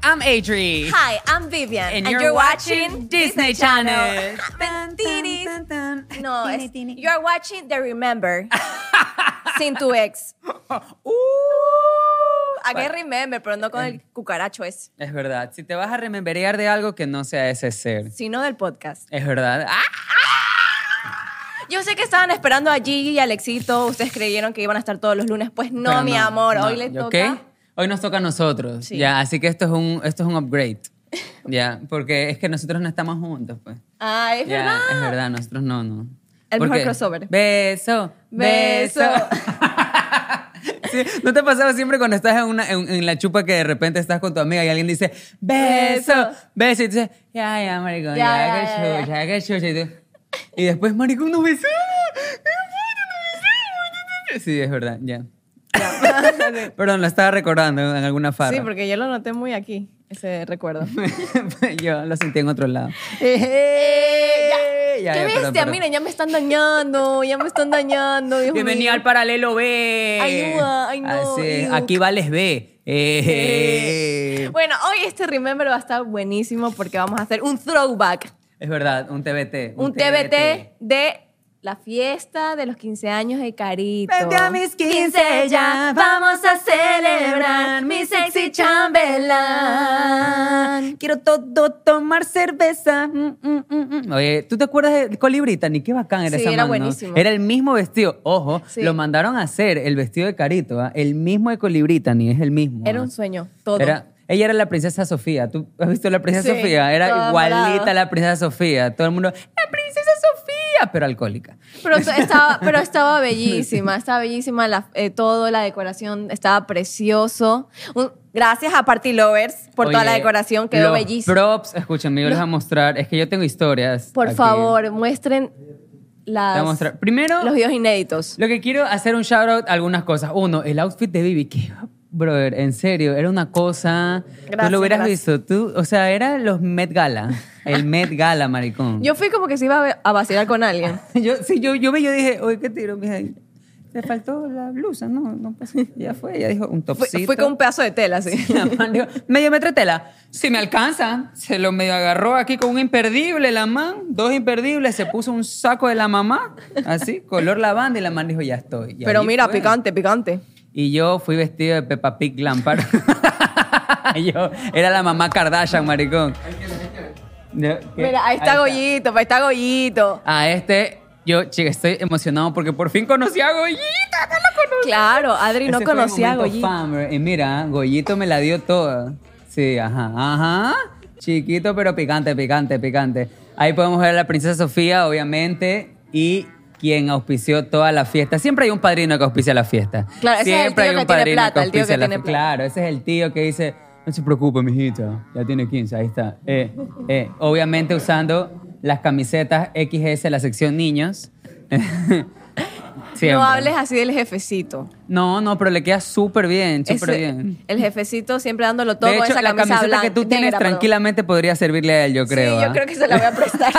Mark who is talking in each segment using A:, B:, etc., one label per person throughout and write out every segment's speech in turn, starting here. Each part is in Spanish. A: Adri.
B: Hi, I'm Vivian.
A: And you're watching Disney Channel.
B: Mentiris.
C: Tan, tan, tan.
B: No,
C: Tini,
B: es-
C: tini.
B: you're watching The Remember. Sin tu ex.
A: Uh,
B: ¿A qué remember? Pero no con
A: Mm.
B: el cucaracho es.
A: es verdad. Si te vas a rememberear de algo que no sea ese ser.
B: Sino del podcast.
A: Es verdad. ¡Ah!
B: Yo sé que estaban esperando a Gigi y Alexito. Ustedes creyeron que iban a estar todos los lunes. Pues no,
A: Pero
B: mi amor.
A: no.
B: Hoy les toca.
A: ¿Ok? Hoy nos toca a nosotros.
B: Sí.
A: Ya, así que esto es un, esto es un upgrade. Ya, porque es que nosotros no estamos juntos, pues.
B: Ah, es
A: Ya,
B: verdad.
A: Es verdad, nosotros no, no.
B: El mejor
A: Porque-
B: crossover.
A: Beso, beso.
B: Beso.
A: Sí, ¿No te ha pasado siempre cuando estás en, una, en, en la chupa que de repente estás con tu amiga y alguien dice, beso, beso? Y tú dices, ya, ya, maricón, ya,
B: Ya, ya,
A: que
B: ya, ya.
A: chucha, ya, que chucha. Y, tú- y después, maricón, no besamos. Sí, es verdad, ya. Perdón, lo estaba recordando en alguna farra.
B: Sí, porque yo lo noté muy aquí, ese recuerdo.
A: Yo lo sentí en otro lado.
B: Eh,
A: Ya,
B: ya.
A: ya,
B: ¿Qué
A: perdón,
B: bestia?
A: perdón.
B: Miren, ya me están dañando, ya me están dañando. Dios mío.
A: Bienvenido al paralelo B.
B: Ayuda, ay, no,
A: Así es,
B: iu.
A: Aquí vales B. Eh.
B: Bueno, hoy este Remember va a estar buenísimo porque vamos a hacer un throwback,
A: Es verdad, un TBT.
B: un, TBT, de la fiesta de los 15 años de Carito.
C: Vente a mis 15 ya, vamos a celebrar mi sexy chambelán. Quiero todo tomar cerveza. mm, mm, mm, mm.
A: Oye, ¿tú te acuerdas de Colibrí, Tani? Qué bacán era
B: Sí,
A: esa
B: era
A: man, ¿no?
B: buenísimo.
A: Era el mismo vestido. Ojo,
B: Sí.
A: lo mandaron a hacer el vestido de Carito, ¿ah? el mismo de Colibrí, Tani, es el mismo.
B: Era
A: ¿ah?
B: un sueño, todo.
A: Era- ella era la princesa Sofía. ¿Tú has visto la princesa
B: Sí,
A: Sofía? Era
B: toda
A: igualita
B: morada.
A: a la princesa Sofía. Todo el mundo, la princesa Sofía, pero alcohólica.
B: Pero estaba, pero estaba bellísima, estaba bellísima la, eh, todo, la decoración estaba precioso. Un- gracias a Party Lovers por toda
A: Oye,
B: la decoración, quedó
A: los
B: bellísima.
A: Props, escúchame, yo les voy a mostrar. Es que yo tengo historias.
B: Por
A: aquí.
B: favor, muestren las,
A: Te voy a mostrar. Primero,
B: los videos inéditos.
A: lo que quiero hacer un shout out a algunas cosas. Uno, el outfit de Vivi. Que, brother, en serio, era una cosa. tú
B: Gracias,
A: lo hubieras
B: gracias.
A: visto. Tú, o sea, era los Met Gala. El Met Gala, maricón.
B: Yo fui como que se iba a ve- a vacilar con alguien.
A: Yo, sí, yo, yo vi, yo dije, oye, ¿qué tiro? mija? Le faltó la blusa, no, no pasa. Ya fue, ya dijo un
B: Fui,
A: topsito.
B: fui con un pedazo de tela, así.
A: La man dijo, medio metro de tela. Si me alcanza, se lo medio agarró aquí con un imperdible, la man, dos imperdibles, se puso un saco de la mamá, así, color lavanda, y la man dijo, ya estoy. Y
B: Pero
A: ahí
B: mira,
A: fue.
B: picante, picante.
A: Y yo fui vestido de Peppa Pig Lampard. yo era la mamá Kardashian, maricón. Yo- ¿qué?
B: Mira, ahí está Goyito, ahí está Goyito.
A: A este, yo, chica, estoy emocionado porque por fin conocí a Goyita, no la conocí.
B: Claro, Adri no
A: Ese fue mi
B: conocía a
A: momento
B: Goyito.
A: fan, bro. Y mira, Goyito me la dio toda. Sí, ajá, ajá. Chiquito, pero picante, picante, picante. Ahí podemos ver a la princesa Sofía, obviamente, y quien auspició toda la fiesta. Siempre hay un padrino que auspicia la fiesta.
B: Claro, ese es el
A: Siempre
B: tío
A: hay
B: que
A: un
B: tiene
A: padrino
B: plata, el tío
A: auspicia
B: que
A: la
B: tiene
A: fiesta. Claro, ese es el tío que dice, no se preocupe, mijita, ya tiene 15, ahí está. Eh, eh. Obviamente usando las camisetas XS, la sección niños. Siempre.
B: No hables así del jefecito.
A: No, no, pero le queda súper bien, súper
B: Ese-
A: bien.
B: El jefecito siempre dándolo todo
A: de
B: con
A: hecho,
B: esa
A: la
B: camisa
A: camiseta
B: blanca.
A: que tú tienes
B: negra, perdón.
A: tranquilamente podría servirle a él, yo creo.
B: Sí,
A: ¿ah?
B: yo creo que se la voy a prestar.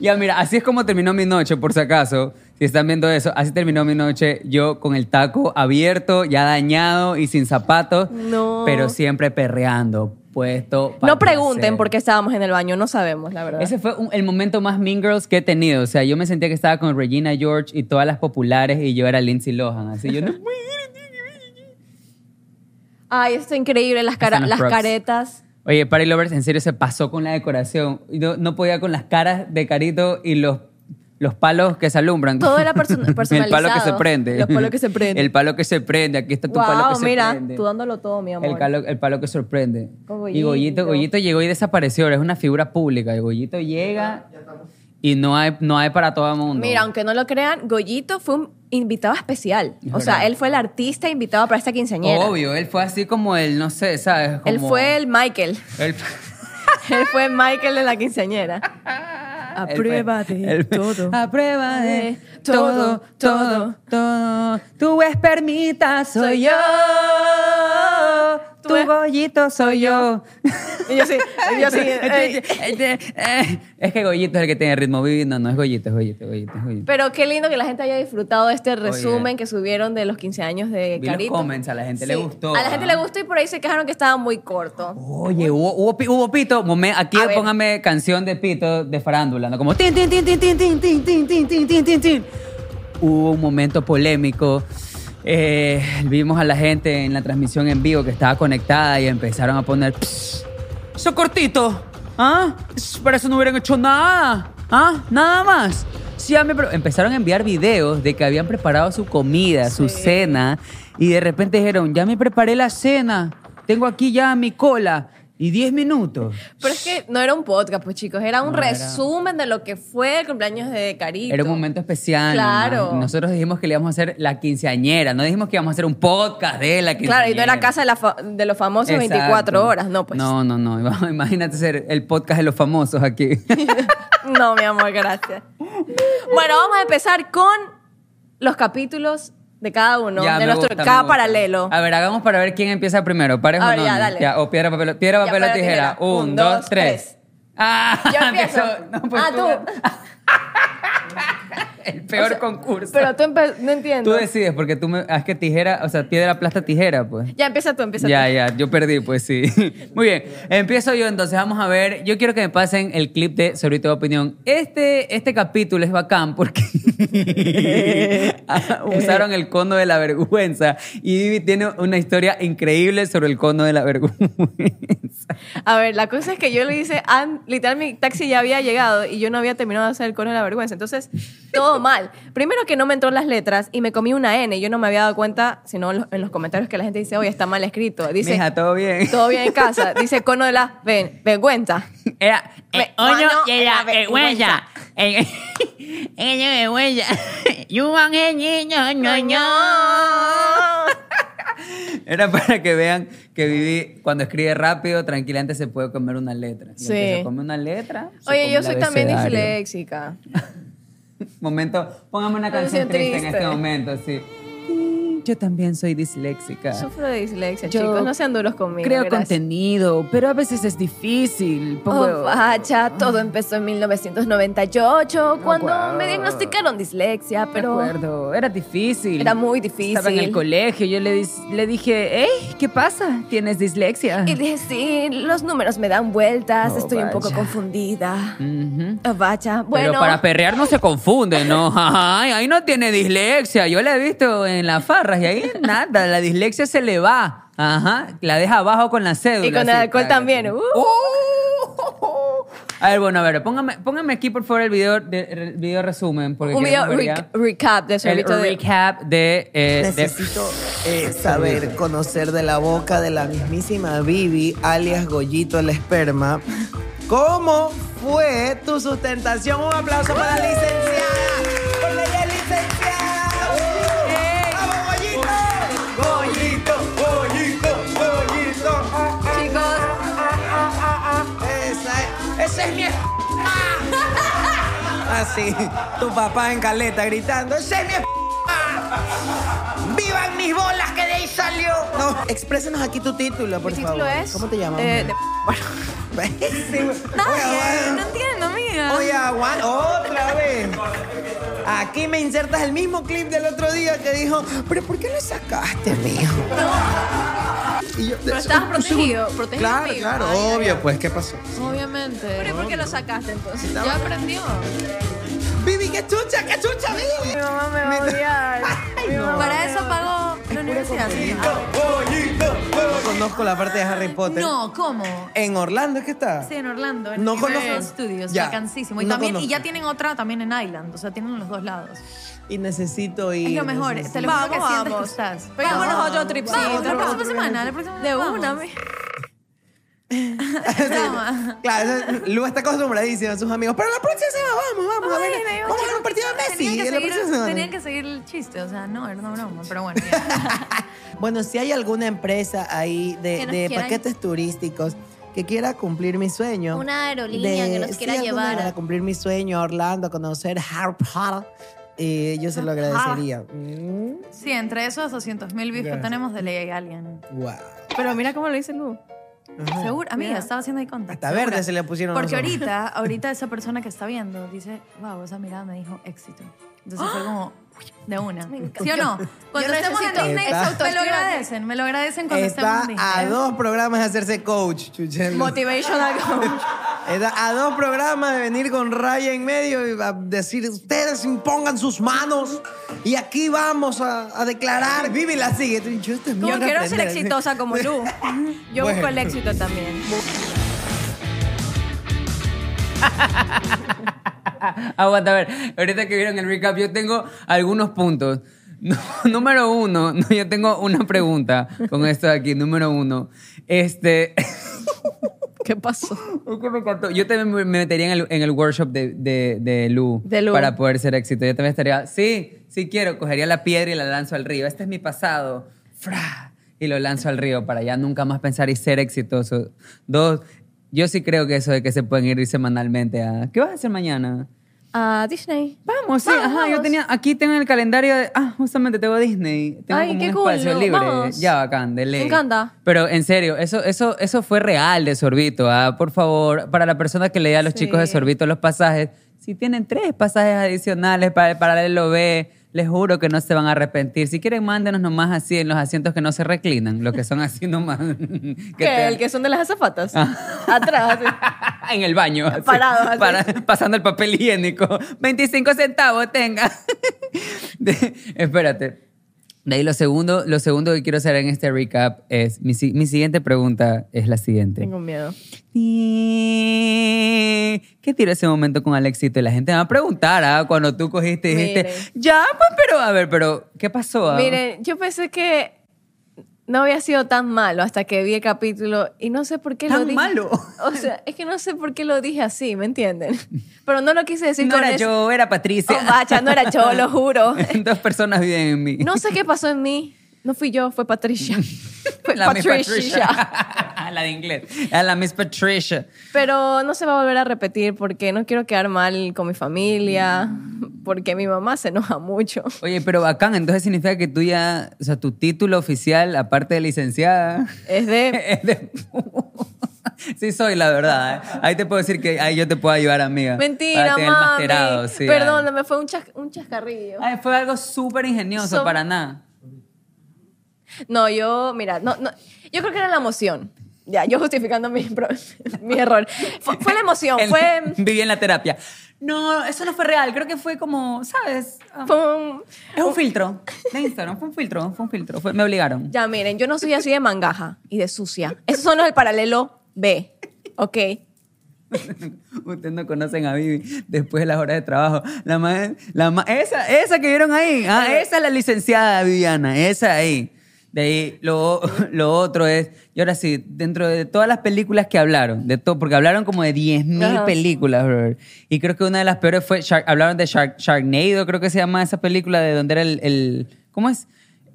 A: Ya, mira, así es como terminó mi noche, por si acaso. Si están viendo eso, así terminó mi noche yo con el taco abierto, ya dañado y sin zapatos.
B: No.
A: Pero siempre perreando, puesto. pa'
B: no pregunten
A: placer.
B: por qué estábamos en el baño, no sabemos, la verdad.
A: Ese fue un- el momento más Mean Girls que he tenido. O sea, yo me sentía que estaba con Regina George y todas las populares y yo era Lindsay Lohan. Así yo no
B: Ay, esto es increíble, las, cara-
A: Están los
B: las
A: props.
B: caretas.
A: Oye, Party Lovers, en serio se pasó con la decoración. No, no podía con las caras de Carito y los, los palos que se alumbran.
B: Todo era perso-
A: El palo que se
B: personalizado.
A: prende.
B: Los palos que se prenden.
A: El palo que se prende. Aquí está tu palo que
B: Wow,
A: se
B: mira,
A: prende.
B: tú dándolo todo, mi amor.
A: el, calo- el palo que sorprende.
B: Con
A: Y
B: Goyito.
A: Goyito, Goyito llegó y desapareció. Es una figura pública. Y Goyito llega y no hay, no hay para todo el mundo.
B: Mira, aunque no lo crean, Goyito fue un invitado especial.
A: Es
B: o sea,
A: verdad.
B: él fue el artista invitado para esta quinceañera.
A: Obvio, él fue así como el, no sé, ¿sabes?
B: Él
A: Como-
B: fue el Michael.
A: él-
B: él fue el Michael de la quinceañera. A
A: Él fue- él fue- A prueba de todo,
B: Todo,
A: todo, todo. Tú es permita, soy yo. Tu Gollito soy yo.
B: Y yo sí, y yo sí. ey.
A: Es que Gollito es el que tiene ritmo vivo. No, no es Gollito, es Gollito, Gollito, es Gollito.
B: Pero qué lindo que la gente haya disfrutado de este resumen que subieron de los 15 años de
A: Vi los
B: Carito.
A: comments, a la gente le gustó,
B: A la gente
A: ¿ah?
B: le gustó y por ahí se quejaron que estaba muy corto.
A: Oye, hubo, hubo, pi- hubo pito. Momen- aquí
B: A ver.
A: póngame canción de pito de farándula, ¿no? Como tin, tin, tin, tin, tin, tin, tin, tin, tin, tin, tin, tin, tin. Hubo un momento polémico. Eh, vimos a la gente en la transmisión en vivo que estaba conectada y empezaron a poner. "Pss, Eso cortito. ¿Ah? Pss, Para eso no hubieran hecho nada. ¿Ah? Nada más. Sí, a mí, pero empezaron a enviar videos de que habían preparado su comida, su
B: Sí.
A: cena, y de repente dijeron, ya me preparé la cena, tengo aquí ya mi cola, y 10 minutos.
B: Pero es que no era un podcast, pues chicos, era un
A: No, era-
B: resumen de lo que fue el cumpleaños de Carito.
A: Era un momento especial.
B: Claro.
A: ¿no? Nosotros dijimos que le íbamos a hacer la quinceañera, no dijimos que íbamos a hacer un podcast de la quinceañera.
B: Claro, y no era casa de, la fa- de los famosos
A: Exacto.
B: 24 horas, no, pues.
A: No, no, no. Iba- Imagínate ser el podcast de los famosos aquí.
B: No, mi amor, gracias. Bueno, vamos a empezar con los capítulos de cada uno,
A: Ya,
B: de
A: me
B: nuestro
A: gusta, me
B: cada
A: gusta. Ah,
B: paralelo.
A: A ver, hagamos para ver quién empieza primero. ¿Pares
B: A
A: o
B: ver,
A: no?
B: ya,
A: no?
B: dale.
A: o piedra, papel, piedra,
B: Ya,
A: papel o tijera. Un, dos, tres. Ah,
B: Yo empiezo.
A: empezó. No, pues
B: ah, tú.
A: tú. El peor
B: O sea,
A: concurso.
B: Pero tú empe- no entiendo.
A: Tú decides, porque tú me. ah, Es que tijera, o sea, piedra, plasta, tijera, pues.
B: Ya empieza tú, empieza
A: Ya,
B: tú.
A: ya, yo perdí, pues sí. Muy bien, empiezo yo entonces, vamos a ver, yo quiero que me pasen el clip de Sobrito de Opinión. Este, este capítulo es bacán porque usaron el cono de la vergüenza y Vivi tiene una historia increíble sobre el cono de la vergüenza.
B: A ver, la cosa es que yo le hice, an- literal, mi taxi ya había llegado y yo no había terminado de hacer el cono de la vergüenza. Entonces, todo mal. Primero que no me entró las letras y me comí una N. Yo no me había dado cuenta, sino en los, en los comentarios que la gente dice, oye, está mal escrito. Dice,
A: Mija, ¿todo bien?
B: todo bien en casa. Dice, cono de la ven- vergüenza.
A: Era eh,
B: Me-
A: el hoyo
B: cono
A: de la
B: de la
A: vergüenza. El el hoyo de vergüenza. Y un ángel niño, ño, ño. Era para que vean que Vivi, cuando escribe rápido, tranquilamente se puede comer una letra. Y
B: Sí.
A: el que se come una letra. se
B: Oye,
A: come
B: yo
A: el
B: soy también
A: abecedario.
B: disléxica.
A: Momento, póngame una canción
B: Canción
A: triste, en
B: triste.
A: este momento, sí. Yo también soy disléxica.
B: Sufro de dislexia,
A: Yo
B: chicos. No sean duros conmigo.
A: Creo
B: gracias.
A: contenido, pero a veces es difícil.
B: Oh,
A: Pongo-
B: vaya, todo empezó en 1998 cuando
A: acuerdo.
B: me diagnosticaron dislexia,
A: Me
B: pero
A: acuerdo, era difícil.
B: era muy difícil.
A: Estaba en el colegio, yo le, dis- le dije, hey, ¿qué pasa? ¿Tienes dislexia?
B: Y dije, sí, los números me dan vueltas,
A: Oh,
B: estoy un poco
A: vaya.
B: confundida.
A: Ujú.
B: Oh, vaya, bueno.
A: Mm. Pero para perrear no se confunde, ¿no? Ay, ahí no tiene dislexia. Yo la he visto en las farras y ahí nada, la dislexia se le va. Ajá, la deja abajo con la cédula.
B: Y con el
A: así,
B: alcohol
A: claro.
B: también. Uh.
A: ¡Uh! A ver, bueno, a ver, póngame, póngame aquí por favor el video, de- el video resumen. Porque
B: un video
A: queremos ver ya
B: rec- recap de
A: el
B: sorbito de-
A: recap de, eh, de-
D: Necesito eh, saber, conocer de la boca de la mismísima Vivi, alias Goyito el esperma, cómo fue tu sustentación. Un aplauso para la licenciada, porque ella es licenciada. ¡Vamos, Goyito! Goyito, Goyito, Goyito. Ah, ah,
B: Chicos.
D: ah, ah, ah, ah. Esa es, esa es mi es- ah. Así, tu papá en caleta gritando, ¡Ese es mi es- ¡Vivan mis bolas que de ahí salió! No, exprésanos aquí tu título, por
B: Mi título
D: favor.
B: es.
D: ¿Cómo te llamas?
B: eh, de- bueno,
D: Pésimo.
B: nadie, no
D: Oye,
B: entiendo, amiga.
D: aguanta. Oye, aguanta. Otra vez. Aquí me insertas el mismo clip del otro día que dijo, pero ¿por qué lo sacaste, mijo? Y yo,
B: Pero estabas
D: un
B: protegido,
D: segundo.
B: protegido,
D: Claro,
B: amigo.
D: claro,
B: Ay, ay,
D: obvio, pues, ¿qué pasó?
E: Obviamente.
B: Pero ¿y por qué lo sacaste entonces? Ya aprendió.
D: Vivi, qué chucha, qué chucha, Vivi.
B: Para eso pagó la universidad.
D: No conozco la parte de Harry Potter.
E: No, ¿cómo?
D: En Orlando es que está.
E: Sí, en Orlando. En
D: No
E: Universal
D: conozco.
E: Studios,
D: Ya.
E: bacanísimo. Y,
D: No
E: también,
D: conozco.
E: y ya tienen otra también en Island. O sea, tienen los dos lados.
D: Y necesito ir.
E: Es lo mejor. Te lo juro
B: Vamos,
E: que sientes que
B: vamos.
E: estás.
B: Vámonos a otro tripcito.
E: Vamos, la próxima semana. La próxima
B: De
E: semana
B: una,
E: vamos.
B: mi-
D: Sí.
E: Drama.
D: Claro, eso- Lu está acostumbradísima a sus amigos. Pero la próxima semana vamos, vamos a ver.
E: Ay, me iba
D: Vamos a
E: a-
D: ver un partido de Messi.
E: Tenían
D: la
E: que, seguir,
D: próxima semana.
E: tenían que seguir el chiste. O sea, no, era una broma. Pero bueno. ya.
D: Bueno, si hay alguna empresa ahí de,
C: Que nos
D: de
C: quieran-
D: paquetes turísticos que quiera cumplir mi sueño.
C: Una aerolínea que nos
D: sí,
C: quiera
D: alguna
C: llevar.
D: Para cumplir mi sueño a Orlando, a conocer Harry Potter, eh, yo se lo agradecería. Mm,
E: Sí, entre esos 200 mil views que tenemos de Ley hay alguien.
D: wow.
B: Pero mira cómo lo dice Lu.
D: Ajá.
E: Seguro, amiga, estaba haciendo ahí conta.
D: Hasta
E: segura.
D: verde se le pusieron los
E: Porque
D: ojos.
E: ahorita, ahorita esa persona que está viendo dice, wow, esa mirada me dijo éxito. Entonces fue como de una. ¿Sí o no? Cuando
B: yo
E: estemos en
B: necesito
E: Disney,
D: esa
E: me lo
B: autoestima.
E: agradecen, me lo agradecen cuando
D: Está
E: estemos en Disney.
D: a dos programas de hacerse coach, Chuchelo.
B: Motivational coach.
D: Está a dos programas de venir con raya en medio y a decir, ustedes impongan sus manos y aquí vamos a, a declarar. Vive y la sigue. Tú, Yo también
B: Como
D: voy a
B: quiero ser
D: aprender.
B: exitosa como Lu. Yo
D: Bueno.
B: busco el éxito también.
A: Aguanta, a ver, ahorita que vieron el recap, yo tengo algunos puntos. Nú- Número uno, no, yo tengo una pregunta con esto de aquí. Número uno, este,
B: ¿Qué pasó?
A: es que me encantó. Yo también me me metería en el, en el workshop de, de, de Lu,
B: De Lu.
A: para poder ser éxito. Yo también estaría, sí, sí quiero, cogería la piedra y la lanzo al río. Este es mi pasado. Fra, y lo lanzo al río para ya nunca más pensar y ser exitoso. Dos, yo sí creo que eso de que se pueden ir semanalmente a, ¿qué vas a hacer mañana?
B: A Disney.
A: Vamos, sí,
B: Vamos,
A: ajá, yo
B: vamos.
A: tenía, aquí tengo el calendario, de- ah, justamente tengo Disney, tengo
B: Ay,
A: como
B: qué
A: un
B: cool,
A: espacio
B: ¿no?
A: libre,
B: Vamos.
A: ya bacán, de ley.
B: Me encanta.
A: Pero en serio, eso, eso, eso fue real de Sorbito, ah, por favor, para la persona que le da a los
B: Sí.
A: chicos de Sorbito los pasajes, si tienen tres pasajes adicionales para el paralelo B, les juro que no se van a arrepentir. Si quieren, mándenos nomás así en los asientos que no se reclinan, los que son así nomás. que
B: ¿Qué?
A: te-
B: El que son de las azafatas. Atrás.
A: en el baño. así,
B: Parado, así.
A: para- pasando el papel higiénico. 25 centavos tenga. De- espérate. De ahí lo segundo, lo segundo que quiero hacer en este recap es, mi, si- mi siguiente pregunta es la siguiente.
B: Tengo miedo.
A: ¿Qué tiró ese momento con Alexito? Y la gente me va a preguntar, ah, cuando tú cogiste y dijiste,
B: Miren.
A: ya, pues, pero, a ver, pero, ¿qué pasó? ah?
B: Miren, yo pensé que no había sido tan malo hasta que vi el capítulo y no sé por qué lo
A: ¿Tan
B: dije.
A: malo?
B: O sea, es que no sé por qué lo dije así, ¿me entienden? Pero no lo quise decir
A: no
B: con
A: era
B: ese-
A: yo, era Patricia.
B: Oh, bacha, no era yo, lo juro.
A: Dos personas viven en mí.
B: No sé qué pasó en mí. No fui yo, fue Patricia. Fue
A: La Miss
B: Patricia.
A: Patricia. la de inglés. A la Miss Patricia.
B: Pero no se va a volver a repetir porque no quiero quedar mal con mi familia,
A: Mm.
B: porque mi mamá se enoja mucho.
A: Oye, pero bacán, entonces significa que tú ya, o sea, tu título oficial, aparte de licenciada,
B: Es de...
A: es de... Sí soy, la verdad. ¿eh? Ahí te puedo decir que ahí yo te puedo ayudar, amiga.
B: Mentira,
A: Ahora tiene el
B: mami.
A: masterado, sí,
B: Perdóname, fue un, chas- un chascarrillo.
A: Ay, Ay, fue algo súper ingenioso,
B: Som-
A: para nada.
B: No, yo, mira, no, no, yo creo que era la emoción. Ya, yo justificando mi, pro- mi error. Fue, fue la emoción,
A: El-
B: fue,
A: Viví en la terapia. No, eso no fue real. Creo que fue como, ¿sabes? Ah,
B: fue un-
A: es un filtro de Instagram. Fue un filtro, fue un filtro. Fue- me obligaron.
B: Ya, miren, yo no soy así de mangaja y de sucia. Eso son los del paralelo B, ¿ok?
A: Ustedes no conocen a Vivi después de las horas de trabajo. La ma- la ma- esa, esa que vieron ahí. Ah, esa es la licenciada Viviana, esa ahí. De ahí, lo, lo otro es, y ahora sí, dentro de todas las películas que hablaron, de todo, porque hablaron como de 10.000
B: Ajá.
A: películas, brother. Y creo que una de las peores fue, Shark- hablaron de Shark, Sharknado, creo que se llama esa película, de donde era el, el- ¿cómo es?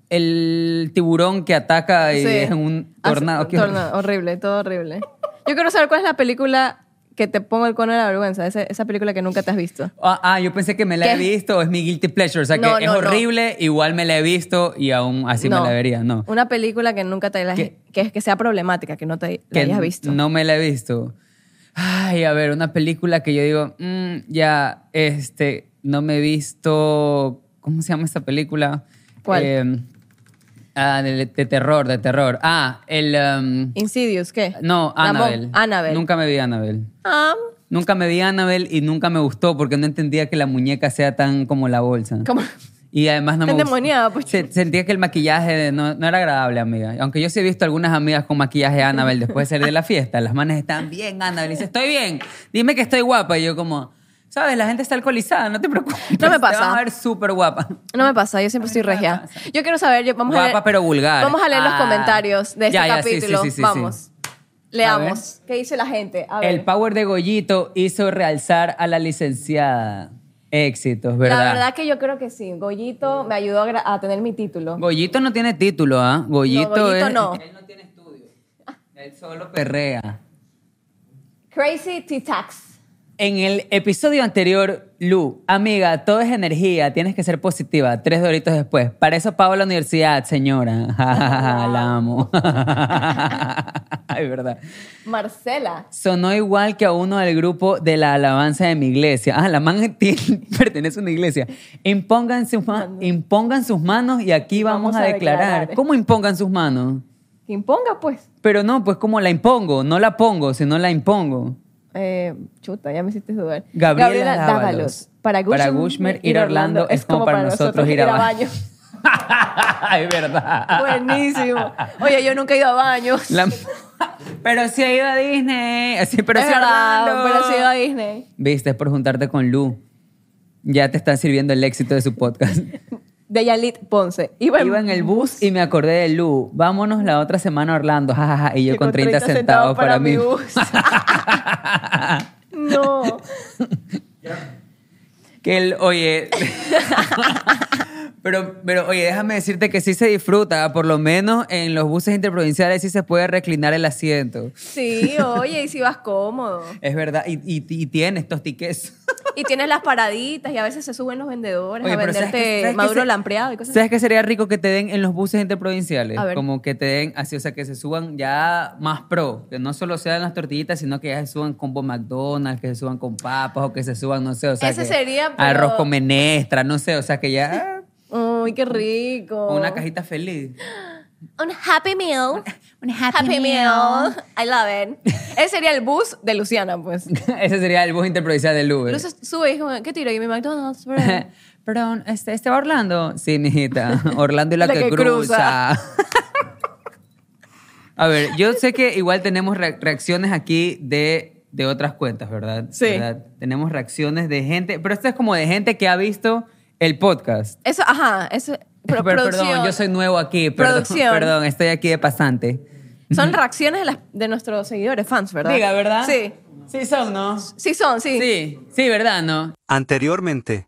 A: El tiburón que ataca y
B: Sí.
A: es un
B: Hace-
A: tornado. Qué horror.
B: tornado, horrible, todo horrible. Yo quiero saber cuál es la película que te pongo el cono de la vergüenza, ese- esa película que nunca te has visto.
A: Ah, ah, yo pensé que me la he
B: ¿Qué?
A: visto, es mi guilty pleasure, o sea que
B: No,
A: es
B: no, no.
A: horrible, igual me la he visto y aún así me la vería, no.
B: Una película que nunca te la
A: ¿Qué?
B: que, es- que sea problemática, que no te la
A: Que
B: hayas visto.
A: No me la he visto. Ay, a ver, una película que yo digo, mm, ya, este, no me he visto, ¿cómo se llama esta película?
B: ¿Cuál?
A: Eh, ah, de, de terror, de terror. Ah, el... um,
B: Insidious, ¿qué?
A: no,
B: La mon-
A: Annabelle.
B: Annabelle.
A: Nunca me vi Annabelle.
B: Ah,
A: Nunca me vi Annabelle y nunca me gustó porque no entendía que la muñeca sea tan como la bolsa.
B: como-
A: Y además no me
B: Está
A: gustó.
B: endemoniada, pues.
A: Se- sentía que el maquillaje no, no era agradable, amiga. Aunque yo sí he visto algunas amigas con maquillaje Annabel después de salir de la fiesta. Las manes están bien, Annabel. Y dice, estoy bien. Dime que estoy guapa. Y yo como, sabes, la gente está alcoholizada, no te preocupes.
B: No me
A: Te vas
B: pasa.
A: a ver súper guapa.
B: no me pasa, yo siempre estoy regia. Yo quiero saber, yo- vamos a
A: Guapa
B: leer,
A: pero vulgar.
B: Vamos a leer
A: Ah.
B: los comentarios de este
A: Ya, ya, sí, sí,
B: capítulo.
A: sí, sí, sí.
B: vamos. Leamos.
A: ver.
B: ¿Qué dice la gente? A ver.
A: El power de Goyito hizo realzar a la licenciada. Éxitos, ¿verdad?
B: la verdad que yo creo que sí. Goyito me ayudó a, gra- a tener mi título.
A: Goyito no tiene título, ¿ah? Goyito,
B: No, Goyito
A: es-
B: no.
A: Él no tiene estudio. Él solo perrea.
B: Crazy T-Tax.
A: En el episodio anterior, Lu, amiga, todo es energía, tienes que ser positiva. Tres doritos después. Para eso pago la universidad, señora. Ja, ja, ja, ja, la amo. Ay, verdad.
B: Marcela.
A: Sonó igual que a uno del grupo de la alabanza de mi iglesia. Ah, la man tiene- pertenece a una iglesia. Impongan sus, ma- impongan sus manos y aquí vamos,
B: vamos
A: a
B: a
A: declarar.
B: declarar.
A: ¿Cómo impongan sus manos?
B: Que imponga, pues.
A: Pero no, pues como la impongo, no la pongo, sino la impongo.
B: Eh, chuta, ya me hiciste dudar.
A: Gabriela Dávalos.
B: Dávalos. Para Gushmer,
A: Para Gushmer, ir a Orlando es como para nosotros ir a baño. es verdad.
B: Buenísimo. Oye, yo nunca he ido a baños.
A: La- pero si ha ido a Disney. Así, pero
B: Es
A: sí a
B: verdad,
A: Orlando.
B: pero sí he ido a Disney.
A: Viste, es por juntarte con Lu. Ya te está sirviendo el éxito de su podcast.
B: De Yalit Ponce. Iba en,
A: Iba en el bus y me acordé de Lu. Vámonos la otra semana a Orlando. jajaja, Y yo
B: que
A: con 30, centavos para, mí.
B: mi bus. no.
A: Que él, oye. pero, pero, oye, déjame decirte que sí se disfruta. Por lo menos en los buses interprovinciales sí se puede reclinar el asiento.
B: Sí, oye, y si vas cómodo.
A: Es verdad. Y, y, y tienes estos tickets.
B: Y tienes las paraditas y a veces se suben los vendedores
A: Oye,
B: a
A: pero ¿sabes qué-
B: venderte
A: sabes qué
B: maduro
A: se-
B: lampreado y cosas así.
A: ¿Sabes qué sería rico que te den en los buses interprovinciales?
B: A ver.
A: Como que te den así, o sea, que se suban ya más pro. Que no solo sean las tortillitas, sino que ya se suban combo McDonald's, que se suban con papas o que se suban, no sé, o sea.
B: Ese
A: que
B: sería, pero-
A: Arroz con menestra, no sé, o sea, que ya.
B: Uy, qué rico.
A: Una cajita feliz.
B: Un Happy Meal.
E: Un
B: Happy Meal. I love it. Ese sería el bus de Luciana, pues.
A: Ese sería el bus interprovincial del Uber.
B: Entonces sube y dijo, ¿qué tiro? Y mi McDonald's, bro.
A: Perdón, este, este va Orlando. Sí, mijita. Orlando es la, que, cruza. A ver, yo sé que igual tenemos re- reacciones aquí de, de otras cuentas, ¿verdad?
B: Sí.
A: ¿Verdad? Tenemos reacciones de gente, pero esto es como de gente que ha visto el podcast.
B: Eso, ajá, eso. Pero,
A: Pero,
B: producción.
A: Perdón, yo soy nuevo aquí. Perdón,
B: Producción.
A: perdón, estoy aquí de pasante.
B: Son reacciones de, las- de nuestros seguidores, fans, ¿verdad?
A: Diga, ¿verdad?
B: Sí.
A: Sí, son, ¿no?
B: Sí son, sí.
A: Sí, sí, ¿verdad? ¿No?
F: Anteriormente.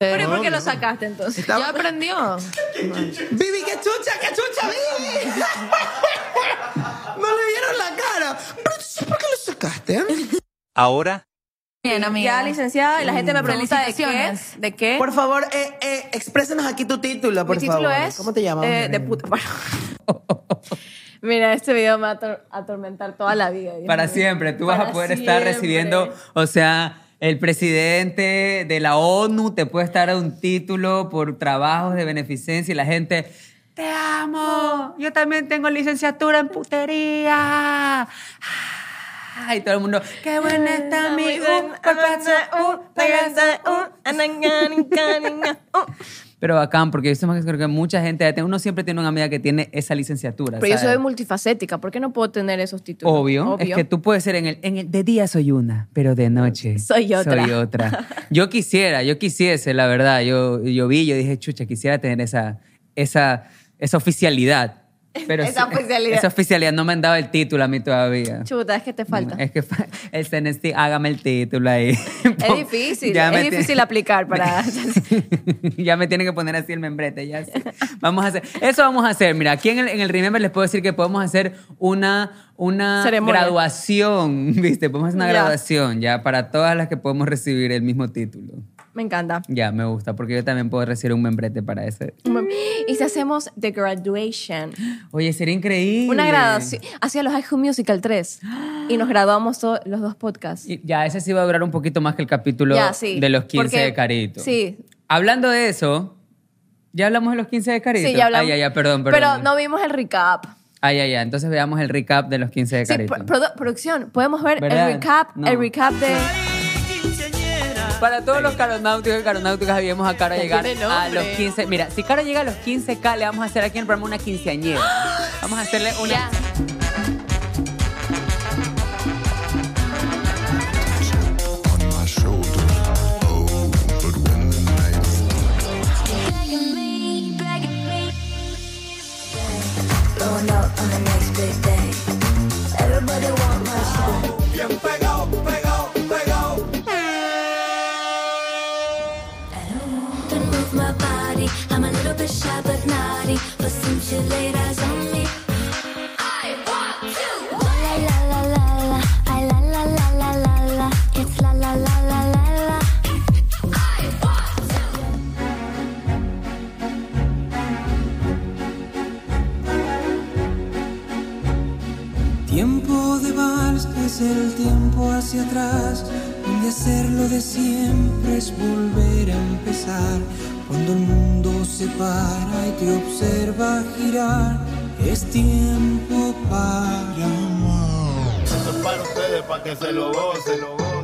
B: Pero ¿y por qué lo sacaste entonces?
E: Ya aprendió.
D: Vivi, qué chucha, qué chucha, Vivi. no le vieron la cara. Pero tú sí, ¿Por qué lo sacaste?
F: Ahora.
E: Bien, amiga.
B: Ya, licenciada, y la gente me pregunta de qué.
E: Felicitaciones.
B: ¿De qué?
D: Por favor, eh, eh, exprésanos aquí tu título, por
B: Mi título
D: favor.
B: es.
D: ¿Cómo te llamas?
B: eh, de puta. Mira, este video me va a ator- atormentar toda la vida. Dios
A: Para
B: mío.
A: siempre, tú vas
B: Para
A: a poder estar
B: siempre.
A: recibiendo, o sea, el presidente de la ONU te puede estar a un título por trabajos de beneficencia y la gente, te amo, yo también tengo licenciatura en putería. Ah, Y todo el mundo, qué
B: Eh,
A: buena está mi U,
B: Ah,
D: uh,
A: papá, su U, pegasa, U". Pero bacán, porque yo siempre creo que mucha gente, ya tiene- uno siempre tiene una amiga que tiene esa licenciatura.
B: Pero yo
A: ¿sabes?
B: soy multifacética, ¿por qué no puedo tener esos títulos?
A: Obvio, es que tú puedes ser en el, en el- de día soy una, pero de noche
B: Soy otra.
A: Soy otra. Yo quisiera, yo quisiese, la verdad. Yo, yo vi, yo dije, chucha, quisiera tener esa, esa, esa oficialidad. Pero
B: Esa
A: sí,
B: oficialidad.
A: Esa oficialidad no me han dado el título a mí todavía.
B: Chuta, es que te falta.
A: Es que fa- el CNST, hágame el título ahí.
B: Es difícil,
A: Ya me
B: es
A: ti-
B: difícil aplicar para...
A: ya me tienen que poner así el membrete, ya sé. Vamos a hacer, eso vamos a hacer. Mira, aquí en el, en el Remember les puedo decir que podemos hacer una, una
B: Ceremonia.
A: graduación, ¿viste? Podemos hacer una
B: Ya.
A: graduación ya para todas las que podemos recibir el mismo título.
B: Me encanta.
A: Ya, me gusta, porque yo también puedo recibir un membrete para ese.
B: Y si hacemos The Graduation,
A: Oye, sería increíble.
B: una graduación, hacia los High School Musical 3, y nos graduamos to- los dos podcasts.
A: Y ya, ese sí va a durar un poquito más que el capítulo
B: Ya, sí,
A: de los 15
B: porque-
A: de Carito.
B: sí.
A: Hablando de eso, ¿ya hablamos de los 15 de Carito?
B: Sí, ya hablamos.
A: Ay, ay, ay, perdón, perdón.
B: Pero no vimos el recap.
A: Ay, ay, ay. Ah, Entonces veamos el recap de los 15 de
B: Sí,
A: Carito.
B: pro- produ- producción, podemos ver
A: ¿Verdad?
B: el recap,
A: No.
B: el recap de...
A: Para todos los caronáuticos y caronáuticas, habíamos a Cara llegar
E: tiene
A: a
E: nombre.
A: los 15. Mira, si Cara llega a los 15K, le vamos a hacer aquí en el programa una quinceañera. Vamos a hacerle una.
G: Don't move my body. I'm a little bit shy but naughty. But since you laid eyes on me, I want to. La la la la la la. I la la la la la la. It's la la la
H: tiempo hacia atrás, donde hacerlo de siempre es volver a empezar. Cuando el mundo se para y te observa girar, es tiempo para amar.
I: Esto es para ustedes, para que se lo gocen.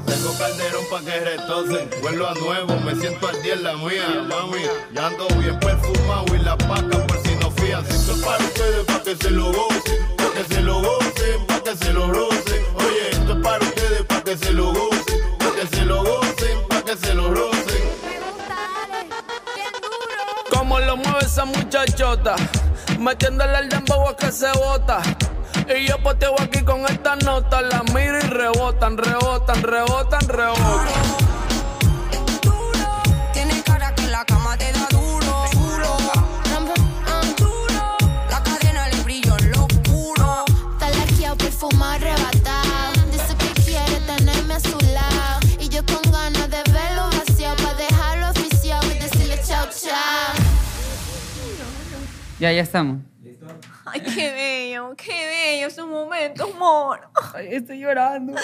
I: Tengo calderón para que retocen. Vuelvo a nuevo, me siento al día en la mía, mami. Ya ando bien perfumado y la paca por si no fían. Esto es para ustedes, para que se lo gocen. Para que se lo gocen, para que se lo rocen. Oye, esto es para ustedes, para que se lo gocen. Para que se lo gocen, para que se lo rocen.
J: Como lo mueve esa muchachota, metiéndole el dembow a que se bota. Y yo poteo aquí con esta nota, la miro y rebotan, rebotan, rebotan, rebotan.
K: Tienes cara que la cama te da duro. Duro.
L: uh,
K: Duro. La cadena le brilla en lo oscuro.
L: Talaqueado, perfumado, arrebatado. Dice que quiere tenerme a su lado. Y yo con ganas de verlo vaciado. Pa' dejarlo oficial y decirle chao, chao.
A: Ya, ya estamos.
B: Ay, qué bello, qué bello esos momentos, amor. Ay, estoy llorando.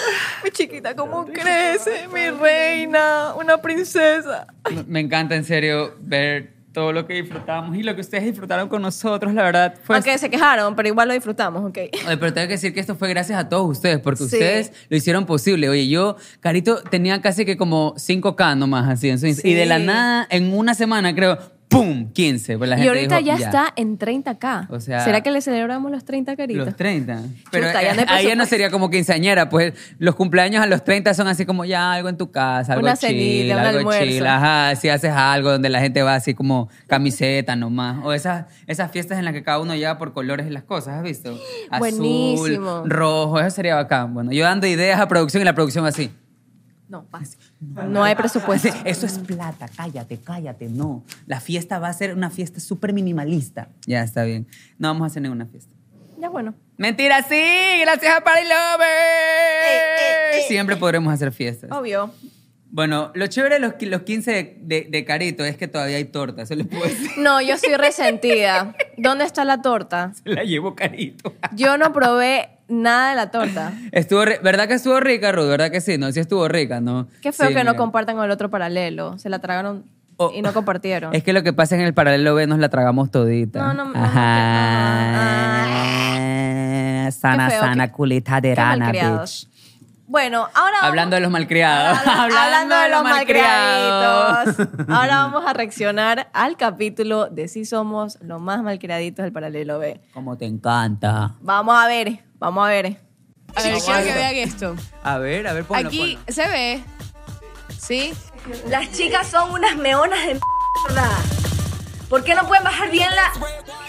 B: Mi chiquita, ¿cómo crece? Mi reina, una princesa.
A: Me- Me encanta, en serio, ver todo lo que disfrutamos y lo que ustedes disfrutaron con nosotros, la verdad. Fue
B: Aunque se quejaron, pero igual lo disfrutamos, ok.
A: Oye, pero tengo que decir que esto fue gracias a todos ustedes, porque
B: Sí.
A: ustedes lo hicieron posible. Oye, yo, Carito, tenía casi que como 5K nomás así en su Insta. Y de la
B: Sí.
A: nada, en una semana, creo, ¡pum! 15. Pues la
B: y
A: gente
B: ahorita
A: dijo,
B: ya, está en 30K.
A: O sea-
B: ¿Será que le celebramos los 30 caritas?
A: Los 30. Pero
B: Chuta, ya no hay
A: eh, ahí ya no
B: presupuesto.
A: sería como quinceañera, pues los cumpleaños a los 30 son así como ya algo en tu casa, algo
B: Una
A: chill,
B: cenita, un
A: algo
B: almuerzo.
A: chill, ajá, si haces algo donde la gente va así como camiseta nomás, o esas, esas fiestas en las que cada uno lleva por colores las cosas, ¿has visto? Azul,
B: Buenísimo.
A: rojo, eso sería bacán. Bueno, yo dando ideas a producción y la producción así.
B: No, pasa. No hay presupuesto.
A: Así, Eso es plata, cállate, cállate, no. La fiesta va a ser una fiesta súper minimalista. Ya está bien. No vamos a hacer ninguna fiesta.
B: Ya bueno.
A: Mentira, sí, gracias a Party Lover.
B: Eh,
A: Siempre podremos hacer fiestas.
B: Obvio.
A: Bueno, lo chévere de los, qui- los 15 de, de- de Carito es que todavía hay torta, eso les puedo decir.
B: No, yo soy resentida. ¿Dónde está la torta?
A: La llevo Carito.
B: Yo no probé nada de la torta.
A: Estuvo ri- ¿Verdad que estuvo rica, Ruth? ¿Verdad que sí? No, sí estuvo rica, ¿no?
B: Qué feo
A: Sí,
B: que no
A: mira.
B: compartan con el otro paralelo. Se la tragaron
A: Oh.
B: y no compartieron.
A: Es que lo que pasa es que en el paralelo B nos la tragamos todita.
B: No, no, no,
A: Ajá. Ah, Sana,
B: Qué feo,
A: sana,
B: qué-
A: culita de
B: Qué
A: rana, bitch.
B: malcriados. Bueno, ahora vamos-
A: Hablando de los malcriados.
B: Habla-
A: Hablando de los malcriados.
B: malcriaditos. Ahora vamos a reaccionar al capítulo de si somos los más malcriaditos del paralelo B.
A: Como te encanta.
B: Vamos a ver, vamos a ver.
M: A ver, quiero que vean esto.
A: A ver, a ver, ponlo,
M: Aquí se ve, ¿sí?
C: Las chicas son unas meonas de mierda. ¿Por qué no pueden bajar bien la.?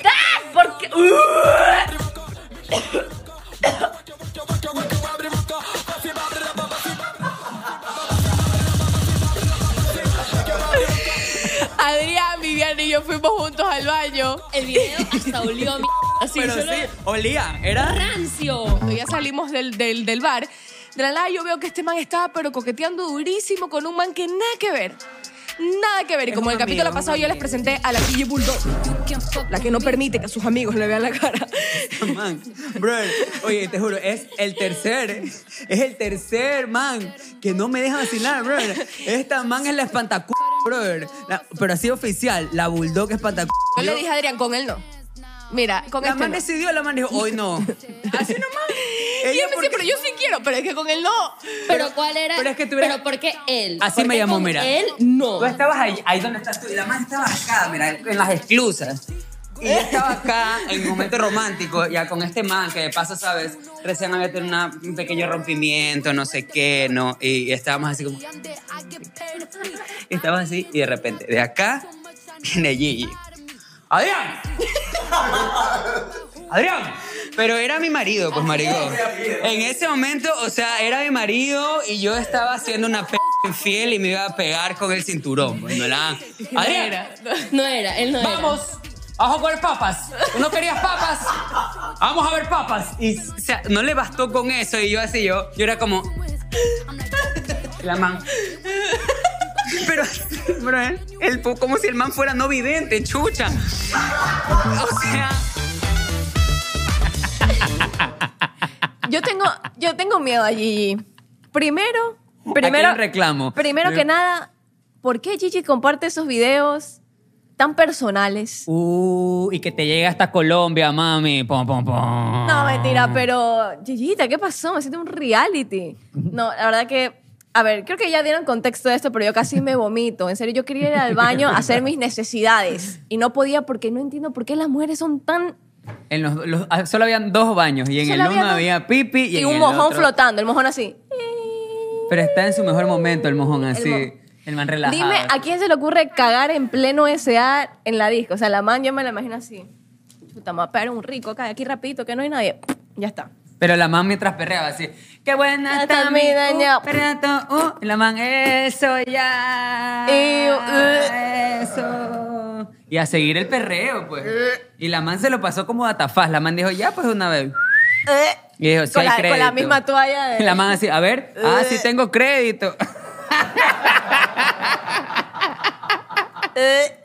C: ¡Ah! ¿Por qué? ¡Uh!
M: Adrián, Viviana y yo fuimos juntos al baño. El video hasta olió a Así,
A: Pero
M: solo
A: sí, olía, era
M: rancio. Cuando Ya salimos del, del, del bar. De la nada yo veo que este man estaba pero coqueteando durísimo con un man que nada que ver. Nada que ver. Y como
N: un
M: el capítulo
N: amigo,
M: pasado yo les presenté a la Gigi Bulldog, la que no permite que sus amigos le vean la cara.
A: man. Bro, oye, te juro, es el tercer, es el tercer man que no me deja vacilar, bro. Esta man es la espantacu, bro. La- pero así oficial, la bulldog espantacu.
M: Yo le dije a Adrián, con él no. Mira, con
A: La
M: este
A: man
M: no.
A: decidió, la man dijo, hoy no. Así nomás.
M: Y
A: Ella
M: yo pensé, pero yo sí quiero, pero es que con él no.
N: Pero cuál era.
A: Pero es que tuviera-
N: Pero por qué él.
A: Así
N: ¿Por
A: me
N: qué
A: llamó,
N: con
A: mira.
N: Él no.
A: Tú estabas ahí, ahí donde estás tú, y la man estaba acá, mira, en las esclusas. Y yo estaba acá en un momento romántico, ya con este man que de paso, ¿sabes? Recién había tenido una- un pequeño rompimiento, no sé qué, ¿no? Y, y estábamos así como... Y estábamos así, y de repente, de acá viene Gigi. ¡Adrián! ¡Adrián! Pero era mi marido, pues, maricón. En ese momento, o sea, era mi marido y yo estaba haciendo una p infiel y me iba a pegar con el cinturón. Pues, no era...
N: No
A: ¡Adrián!
N: era. No era, él no era.
A: Vamos a jugar papas. ¿Tú no querías papas? Vamos a ver papas. Y o sea, no le bastó con eso y yo así yo, yo era como la man. Pero, pero él, él fue como si el man fuera no vidente, chucha. O sea,
B: Yo tengo, yo tengo miedo a Gigi. Primero,
A: Aquí
B: primero,
A: hay un reclamo.
B: primero que nada, ¿por qué Gigi comparte esos videos tan personales?
A: Uh, y que te llega hasta Colombia, mami. Pom, pom, pom.
B: No, mentira, pero Gigita, ¿qué pasó? Me siento un reality. No, la verdad que, a ver, creo que ya dieron contexto de esto, pero yo casi me vomito. En serio, yo quería ir al baño a hacer mis necesidades y no podía porque no entiendo por qué las mujeres son tan...
A: En los, los- ah, solo habían dos baños y en
B: Solo
A: el uno
B: había dos-
A: había pipi y,
B: Y,
A: en
B: un
A: el
B: mojón
A: otro-
B: flotando, el mojón así.
A: Pero está en su mejor momento el mojón así. El,
B: mo-
A: man relajado.
B: Dime, ¿a quién se le ocurre cagar en pleno SA en la disco? O sea, la man yo me la imagino así. Chuta, me va a pegar un rico acá, aquí rapidito, que no hay nadie. Ya está.
A: Pero la man mientras perreaba así. Qué buena está mi
B: dañado.
A: Perdón, uh, la man, eso ya.
B: uh,
A: eso. Y a seguir el perreo, pues. Y la man se lo pasó como a tafaz. La man dijo, ya, pues una vez. Y dijo,
B: Uh.
A: sí
B: con,
A: hay
B: la, con la
A: crédito.
B: misma toalla de... Uh.
A: La man así, a ver, ah, sí tengo crédito.
B: Eh,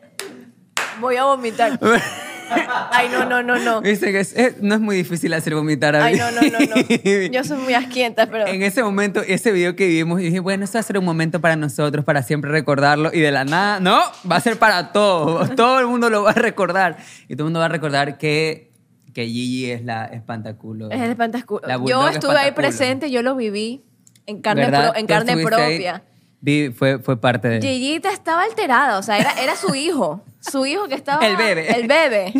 B: voy a vomitar. Ay, no, no, no, no.
A: Dice que es- eh, no es muy difícil hacer vomitar a
B: Ay, no, no, no,
A: Vivi.
B: Yo soy muy asquienta, pero...
A: En ese momento, ese video que vivimos, yo dije, bueno, esto va a ser un momento para nosotros, para siempre recordarlo. Y de la nada, no, va a ser para todos. Todo el mundo lo va a recordar. Y todo el mundo va a recordar que, que Gigi es la espantaculo.
B: Es el espantasculo.
A: La
B: Yo
A: bulldog
B: estuve ahí
A: espantaculo.
B: presente, yo lo viví en carne,
A: ¿Verdad?
B: pro- en
A: Tú
B: carne
A: estuviste ahí.
B: propia.
A: Vi- fue, fue parte de...
B: Gigita estaba alterada, o sea, era, era su hijo. Su hijo que estaba.
A: El bebé.
B: El bebé.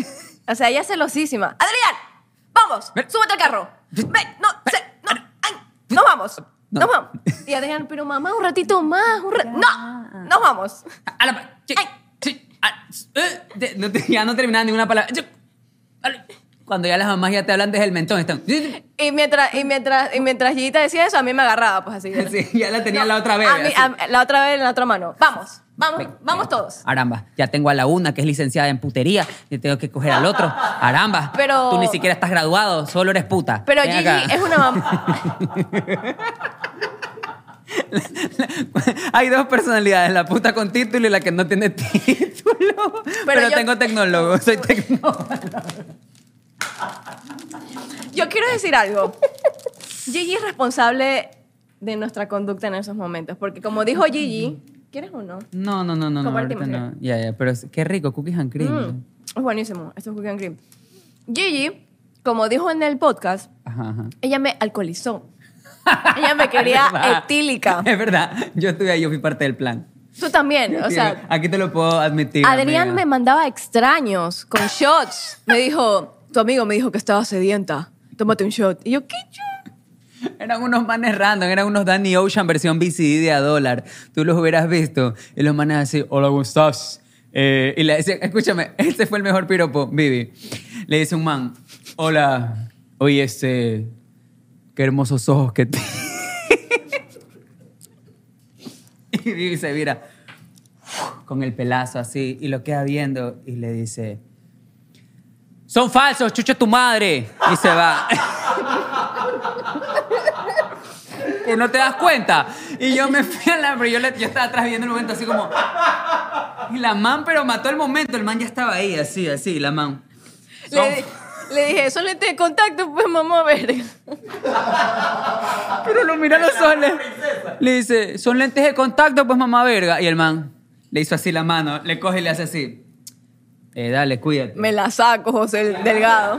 B: O sea, ella celosísima. ¡Adrián! ¡Vamos! ¡Súbete al carro! ¡Ven! ¡No! se- no, ay, ¡Nos vamos! ¡Nos vamos! Y Adrián, pero mamá, un ratito más. un ra- ¡No! ¡Nos vamos! Ay.
A: Eh, de- no te- ya no terminaba ninguna palabra. Yo- al- Cuando ya las mamás ya te hablan desde el mentón, están...
B: Y mientras, y mientras, y mientras Gigita decía eso, a mí me agarraba, pues así.
A: Sí, ya la tenía la otra vez.
B: A mí-
A: así.
B: a- la otra vez en la otra mano. Vamos, vamos, vamos todos.
A: Aramba, ya tengo a la una que es licenciada en putería y tengo que coger al otro. Aramba,
B: Pero-
A: tú ni siquiera estás graduado, solo eres puta.
B: Pero
A: Ven
B: Gigi
A: acá.
B: es una mamá.
A: Hay dos personalidades, la puta con título y la que no tiene título. Pero,
B: yo-
A: tengo tecnólogo, soy tecnólogo.
B: Yo quiero decir algo. Gigi es responsable de nuestra conducta en esos momentos, porque como dijo Gigi, ¿quieres uno?
A: No, no, no, no, no, ahorita
B: Compartimos,
A: no. Ya, ya, pero es- qué rico, cookies and cream.
B: Mm, es buenísimo, esto es cookie and cream. Gigi, como dijo en el podcast,
A: Ajá, ajá.
B: ella me alcoholizó. Ella me quería
A: Es verdad.
B: etílica.
A: Es verdad, yo estuve ahí, yo fui parte del plan.
B: Tú también, o sea,
A: aquí te lo puedo admitir.
B: Adrián
A: amiga.
B: me mandaba extraños con shots. Me dijo, tu amigo me dijo que estaba sedienta. Tómate un shot. Y yo, ¿qué
A: Eran unos manes random, eran unos Danny Ocean versión BCD de a dólar. Tú los hubieras visto. Y los manes así, hola, ¿cómo estás? Eh, y le decían, escúchame, este fue el mejor piropo, Vivi. Le dice un man, hola, oye, este, qué hermosos ojos que tienes. Y Vivi se mira con el pelazo así y lo queda viendo y le dice, son falsos, chucha tu madre. Y se va. que no te das cuenta. Y yo me fui a la. Pero yo, le- yo estaba atrás viendo el momento así como. Y la man, pero mató el momento. El man ya estaba ahí, así, así, la man. Oh.
B: Le, di- le dije, son lentes de contacto, pues mamá, verga.
A: Pero lo mira a los ojos. Le, le dice, son lentes de contacto, pues mamá verga. Y el man le hizo así la mano, le coge y le hace así. Eh, dale, cuídate.
B: Me la saco, José Delgado.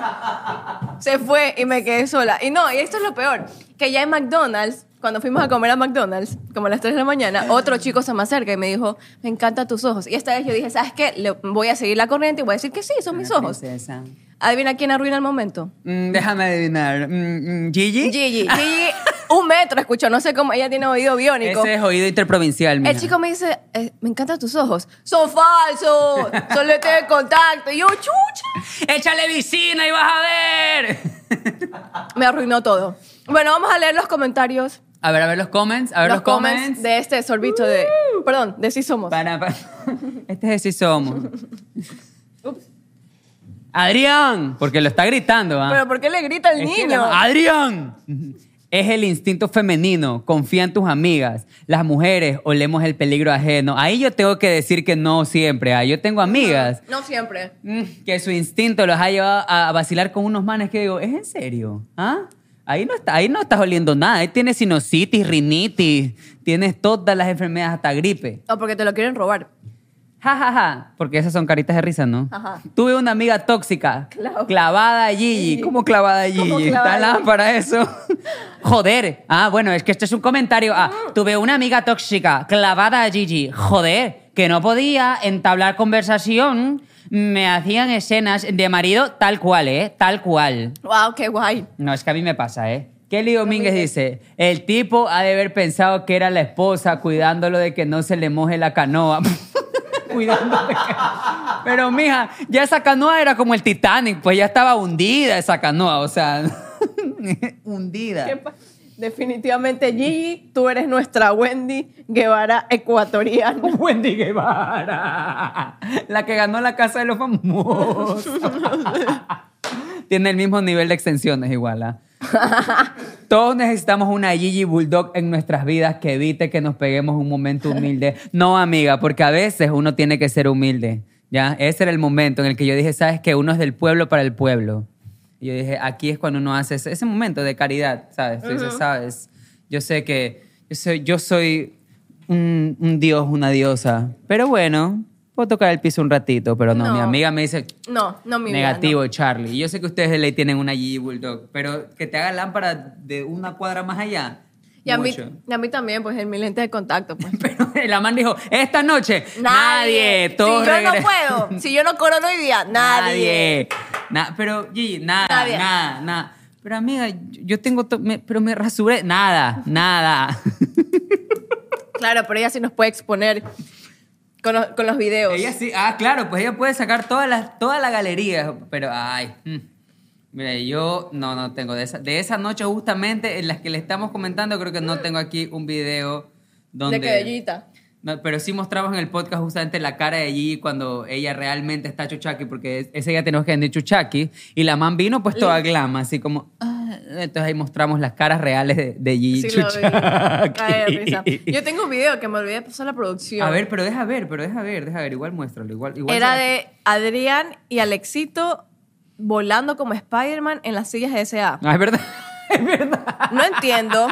B: Se fue y me quedé sola. Y no, y esto es lo peor, que ya en McDonald's, cuando fuimos a comer a McDonald's, como a las 3 de la mañana, otro chico se me acerca y me dijo, me encantan tus ojos. Y esta vez yo dije, ¿sabes qué? Le voy a seguir la corriente y voy a decir que sí, son mis ojos.
A: Princesa.
B: Adivina quién arruina el momento.
A: Mm, déjame adivinar. Mm, mm, ¿Gigi?
B: Gigi. Gigi, un metro escuchó, no sé cómo, ella tiene oído biónico.
A: Ese es oído interprovincial, mija.
B: El chico me dice, eh, me encantan tus ojos. Son falsos, son lentes de contacto. Y yo, chucha.
A: Échale vicina y vas a ver.
B: Me arruinó todo. Bueno, vamos a leer los comentarios.
A: A ver, a ver los comments, a ver los, comments.
B: de este sorbito de... Perdón, de Sí Somos.
A: Este es Sí Somos. Adrián, porque lo está gritando. ¿ah?
B: Pero ¿por qué le grita al
A: Es que
B: niño?
A: la- Adrián. Es el instinto femenino. Confía en tus amigas. Las mujeres olemos el peligro ajeno. Ahí yo tengo que decir que no siempre. ah. Yo tengo amigas mm,
B: No siempre.
A: que su instinto los ha llevado a vacilar con unos manes que digo, ¿es en serio? ¿Ah? Ahí no, está, ahí no estás oliendo nada. Ahí tienes sinusitis, rinitis, tienes todas las enfermedades, hasta gripe.
B: O porque te lo quieren robar.
A: Ja, ja, ja. Porque esas son caritas de risa, ¿no?
B: Ajá.
A: Tuve una amiga tóxica.
B: Clau-
A: Clavada a Gigi. ¿Cómo clavada a
B: ¿Cómo
A: Gigi?
B: clavada
A: Está
B: a
A: nada
B: Gigi?
A: para eso. Joder. Ah, bueno, es que este es un comentario. Ah,
B: Mm.
A: tuve una amiga tóxica. Clavada a Gigi. Joder. Que no podía entablar conversación. Me hacían escenas de marido tal cual, ¿eh? Tal cual.
B: Wow, qué guay.
A: No, es que a mí me pasa, ¿eh? Kelly Domínguez dice, el tipo ha de haber pensado que era la esposa cuidándolo de que no se le moje la canoa. cuidándolo. de que- Pero mija, ya esa canoa era como el Titanic, pues ya estaba hundida esa canoa, o sea, hundida.
B: ¿Qué pa- Definitivamente, Gigi, tú eres nuestra Wendy Guevara ecuatoriana.
A: Wendy Guevara. la que ganó la casa de los famosos. Tiene el mismo nivel de extensiones igual, ¿ah? Todos necesitamos una Gigi Bulldog en nuestras vidas que evite que nos peguemos un momento humilde. No, amiga, porque a veces uno tiene que ser humilde. ¿ya? Ese era el momento en el que yo dije, sabes que uno es del pueblo para el pueblo. Y yo dije, aquí es cuando uno hace ese, ese momento de caridad, ¿sabes? Tú dices,
B: Ujú.
A: sabes, yo sé que yo soy, yo soy un, un dios, una diosa. Pero bueno, puedo tocar el piso un ratito, pero no,
B: No.
A: mi amiga me dice,
B: No, no, mi vida,
A: negativo, Charlie. Y Yo sé que ustedes de ley tienen una Gigi Bulldog, pero que te haga lámpara de una cuadra más allá.
B: no. Y a mí,
A: mucho.
B: y a mí también, pues en mi lente de contacto. Pues.
A: La man dijo, esta noche, nadie. todos
B: si yo
A: regres-
B: no puedo, si yo no corono hoy día, nadie.
A: Nadie. Na- pero, Gigi, nada,
B: Nadie.
A: nada, nada. Pero, amiga, yo- yo tengo... to- me- pero me rasuré. Nada, nada.
B: Claro, pero ella sí nos puede exponer con, los- con los videos.
A: Ella sí, ah, claro, pues ella puede sacar todas las, toda la galería, pero ay. mm. Mira, yo no, no tengo de esa, de esa noche justamente en las que le estamos comentando, creo que no tengo aquí un video donde...
B: De que bellita.
A: No, pero sí mostramos en el podcast justamente la cara de Gigi cuando ella realmente está chuchaki, porque es- ese día tenemos que vender chuchaki, y la man vino pues toda glama, así como... ah, entonces ahí mostramos las caras reales de, de Gigi
B: Sí, lo vi.
A: Chuchaki.
B: Cae de risa. Yo tengo un video que me olvidé de pasar la producción.
A: A ver, pero deja ver, pero deja ver, deja ver, igual muéstralo, igual... igual
B: Era
A: se la-
B: de Adrián y Alexito volando como Spider-Man en las sillas de SA.
A: Ah, es verdad.
B: No entiendo.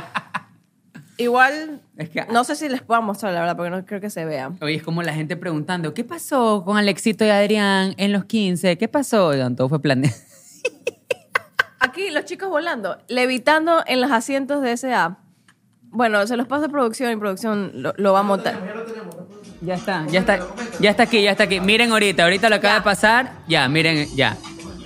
B: Igual,
A: Es que-
B: no sé si les puedo mostrar, la verdad, porque no creo que se vea.
A: Oye, es como la gente preguntando, ¿qué pasó con Alexito y Adrián en los 15? ¿Qué pasó? Oigan, todo fue planeado.
B: Aquí los chicos volando, levitando en los asientos de SA. Bueno, se los paso a producción y producción lo, lo va a montar.
A: Ya está, ya está, ya está aquí, ya está aquí. Miren ahorita, ahorita lo acaba de pasar. Ya, miren, ya.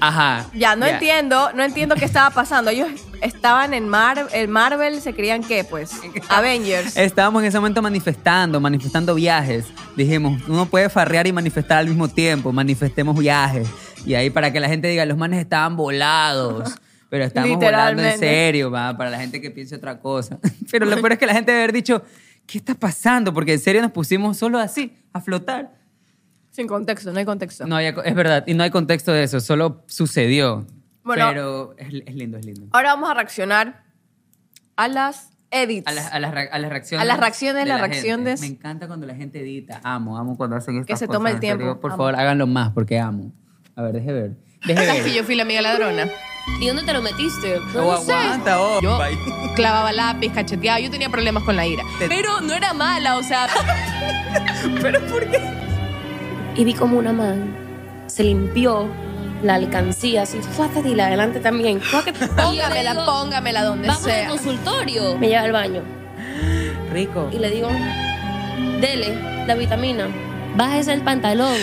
A: Ajá.
B: Ya, no entiendo, no entiendo qué estaba pasando. Ellos estaban en, Mar en Marvel, se creían que, pues, Avengers.
A: Estábamos en ese momento manifestando, manifestando viajes. Dijimos, uno puede farrear y manifestar al mismo tiempo, manifestemos viajes. Y ahí para que la gente diga, los manes estaban volados. Pero estamos volando en
B: Literalmente.
A: serio, va, para la gente que piense otra cosa. Pero lo peor es que la gente debe haber dicho, ¿qué está pasando? Porque en serio nos pusimos solo así, a flotar.
B: Sin contexto, no hay contexto.
A: No había co- es verdad, y no hay contexto de eso, solo sucedió.
B: Bueno.
A: Pero es, es lindo, es lindo.
B: Ahora vamos a reaccionar a las edits.
A: A las, a las re- a las reacciones.
B: A las reacciones,
A: de
B: las
A: gente.
B: reacciones.
A: Me encanta cuando la gente edita. Amo, amo cuando hacen estas
B: se
A: cosas,
B: toma el
A: en serio.
B: tiempo,
A: Por
B: amo.
A: favor, háganlo más porque amo. A ver, deje ver. Deje
M: Sabes que
A: ver.
M: yo fui la amiga ladrona.
N: ¿Y dónde te lo metiste?
M: No lo sé.
A: aguanta, oh.
M: Yo clavaba lápiz, cacheteaba, yo tenía problemas con la ira.
N: Te-
M: Pero no era mala, o sea.
N: ¿Pero por qué? Y vi como una man se limpió la alcancía así, fuácate y la adelante también.
M: Póngamela, póngamela donde
N: Vamos
M: sea.
N: al consultorio. Me lleva al baño
A: Rico.
N: y le digo, dele, la vitamina, bájese el pantalón.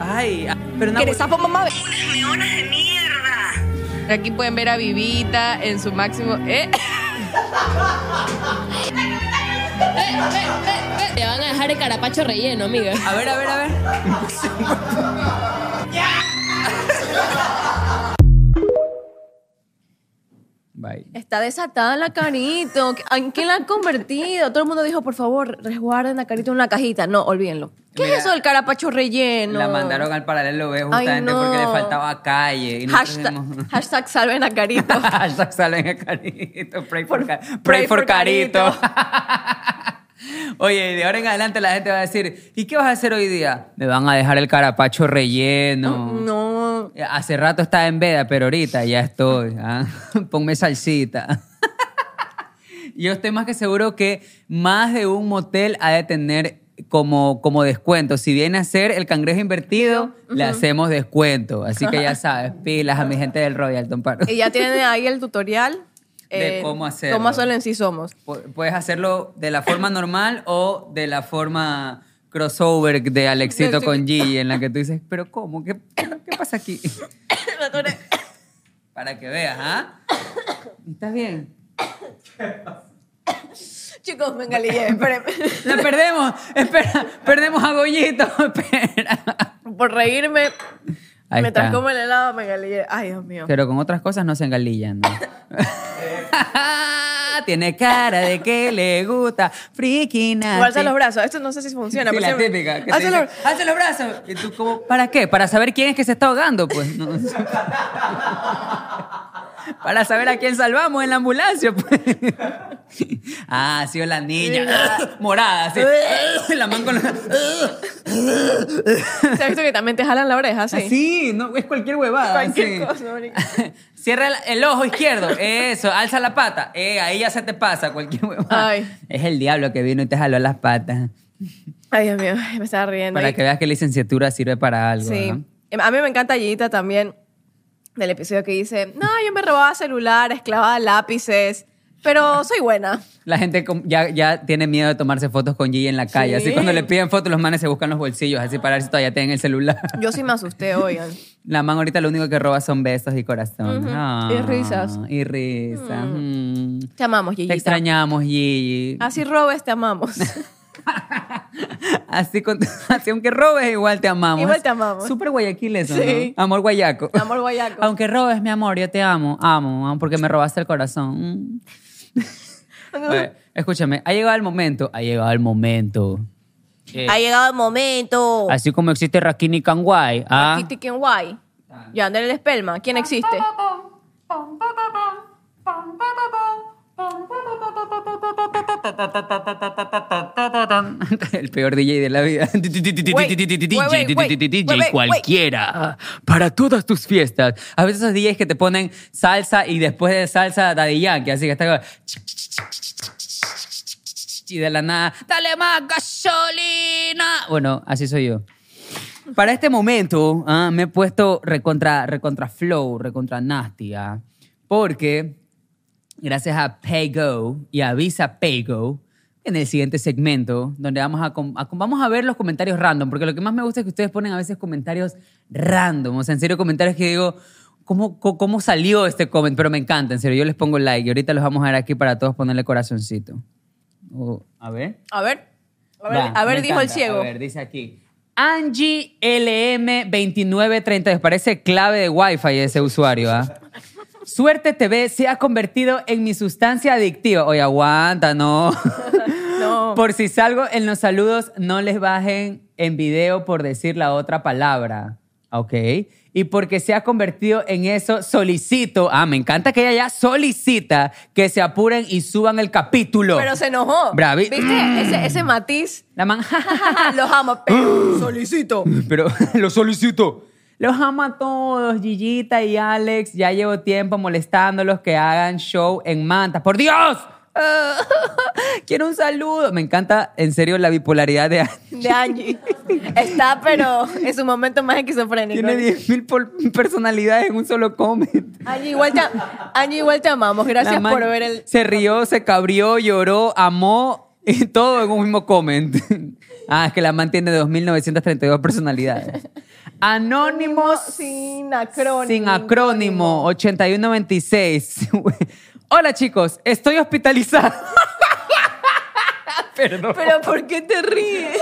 A: Ay, pero
M: no. ¿Quieres sapo, mamá? ¡Unas leonas de mierda! Aquí pueden ver a Vivita en su máximo. ¿Eh?
N: Te van a dejar el carapacho relleno, amiga.
A: A ver, a ver, a ver. Bye.
B: Está desatada la carito. ¿En quién la han convertido? Todo el mundo dijo, por favor, resguarden la carito en una cajita. No, olvídenlo. ¿Qué
A: Mira,
B: es eso del carapacho relleno?
A: La mandaron al paralelo B
B: Ay,
A: justamente
B: no.
A: porque le faltaba calle. Y nosotros
B: Hashtag,
A: dijimos-
B: hashtag salven a carito.
A: Hashtag salen a Carito. Pray for, Ca- pray for Carito. Oye, de ahora en adelante la gente va a decir, ¿y qué vas a hacer hoy día? Me van a dejar el carapacho relleno.
B: Mm. No.
A: Hace rato estaba en veda, pero ahorita ya estoy. ¿ah? Ponme salsita. Yo estoy más que seguro que más de un motel ha de tener como, como descuento. Si viene a ser el cangrejo invertido, le
B: Ujú.
A: hacemos descuento. Así que ya sabes, pilas a mi gente del Royalton Park.
B: Y ya tienen ahí el tutorial.
A: De
B: eh,
A: cómo hacerlo.
B: Cómo hacerlo en sí somos.
A: Pu- Puedes hacerlo de la forma normal o de la forma crossover de Alexito con Gigi, en la que tú dices, pero ¿cómo? ¿Qué, qué pasa aquí? Para que veas, ¿ah? ¿Estás bien?
B: Chicos, venga, Lille, espérenme.
A: La perdemos, espera, perdemos a Goyito.
B: Por reírme,
A: Ahí
B: mientras
A: está.
B: como el helado, venga, Lille. Ay, Dios mío.
A: Pero con otras cosas no se engalillan. ¿no? Tiene cara de que le gusta friquina.
B: O alza los brazos. Esto no sé si funciona.
A: Sí,
B: pero
A: la
B: siempre-
A: típica. que te
B: Alza los-
A: dice, "Alza los brazos. Y tú como, ¿para qué? Para saber quién es que se está ahogando, pues. No. Para saber a quién salvamos en la ambulancia, pues. Ah, ha sido la niña. Morada, sí. La man con la...
B: ¿Se ha visto que también te jalan la oreja? Sí.
A: Sí, no, es cualquier huevada.
B: Cualquier
A: sí.
B: cosa, marica.
A: Cierra la- el ojo izquierdo. Eso, alza la pata. Eh, ahí ya se te pasa cualquier huevada.
B: Ay.
A: Es el diablo que vino y te jaló las patas.
B: Ay, Dios mío, me estaba riendo.
A: Para
B: Y-
A: que veas que licenciatura sirve para algo.
B: Sí.
A: ¿no?
B: A mí me encanta Gita también, del episodio que dice, no, yo me robaba celulares, clavaba lápices, pero soy buena.
A: La gente com- ya, ya tiene miedo de tomarse fotos con Gigi en la calle.
B: Sí.
A: Así cuando le piden fotos, los manes se buscan los bolsillos, así para ver si todavía tienen el celular.
B: Yo sí me asusté, oigan.
A: La man ahorita lo único que roba son besos y corazón.
B: Ujú.
A: Ah,
B: Y risas.
A: Y risas. Mm.
B: Te amamos,
A: Te
B: Gita.
A: extrañamos, Gigi.
B: Así robes, te amamos.
A: Así, con, así aunque robes, igual te amamos.
B: Igual te amamos.
A: Súper guayaquil eso,
B: Sí.
A: ¿no? Amor guayaco.
B: Amor guayaco.
A: Aunque robes, mi amor, yo te amo. Amo, amo, porque me robaste el corazón. Mm. Oye, escúchame, ha llegado el momento. Ha llegado el momento. Eh,
B: Ha llegado el
O: Oh.
B: momento.
A: Así como existe Rakini Kanwai, ¿ah?
B: Kitty Ken Guay. Yander el Espelma. ¿Quién existe?
A: el peor DJ de la vida.
O: wait, wait, wait, wait.
A: DJ cualquiera. Para todas tus fiestas. A veces esos DJs que te ponen salsa y después de salsa Daddy Yankee, así que está como- y de la nada. Dale más gasolina. Bueno, así soy yo. Para este momento ah, me he puesto recontra, recontra flow, recontra nasty, ah, porque gracias a PayGo y a Visa PayGo, en el siguiente segmento, donde vamos a, com- a com- vamos a ver los comentarios random, porque lo que más me gusta es que ustedes ponen a veces comentarios random, o sea, en serio, comentarios que digo, ¿cómo, co- cómo salió este comment? Pero me encanta, en serio, yo les pongo like y ahorita los vamos a ver aquí para todos ponerle corazoncito. O- a ver.
B: A ver. A ver,
A: Va,
B: a ver,
A: me
B: dijo el
A: encanta.
B: ciego.
A: A ver, dice aquí. Angie LM2932. Parece clave de Wi-Fi ese usuario, ¿ah? Suerte TV se ha convertido en mi sustancia adictiva. Oye, aguanta, no.
B: No.
A: Por si salgo en los saludos, no les bajen en video por decir la otra palabra. Ok. Y porque se ha convertido en eso, solicito. Ah, me encanta que ella ya solicita que se apuren y suban el capítulo.
B: Pero se enojó.
A: Bravi-
B: ¿Viste? Ese, ese matiz.
A: La manja.
B: Los amo, pero solicito.
A: Pero lo solicito. Los amo a todos, Gigita y Alex. Ya llevo tiempo molestándolos que hagan show en Manta. ¡Por Dios! Ah, Quiero un saludo. Me encanta, en serio, la bipolaridad de Angie.
B: De Angie. Está, pero en su momento más esquizofrénico.
A: Tiene 10.000 pol- personalidades en un solo comment.
B: Angie, igual te, Angie, igual te amamos. Gracias
A: La man
B: por ver el.
A: Se rió, se cabrió, lloró, amó, y todo en un mismo comment. Ah, es que la man tiene 2.932 personalidades. Anónimos
B: sin acrónimo.
A: Sin acrónimo, 8196. Hola chicos, estoy hospitalizada. Perdón.
B: Pero ¿por qué te ríes?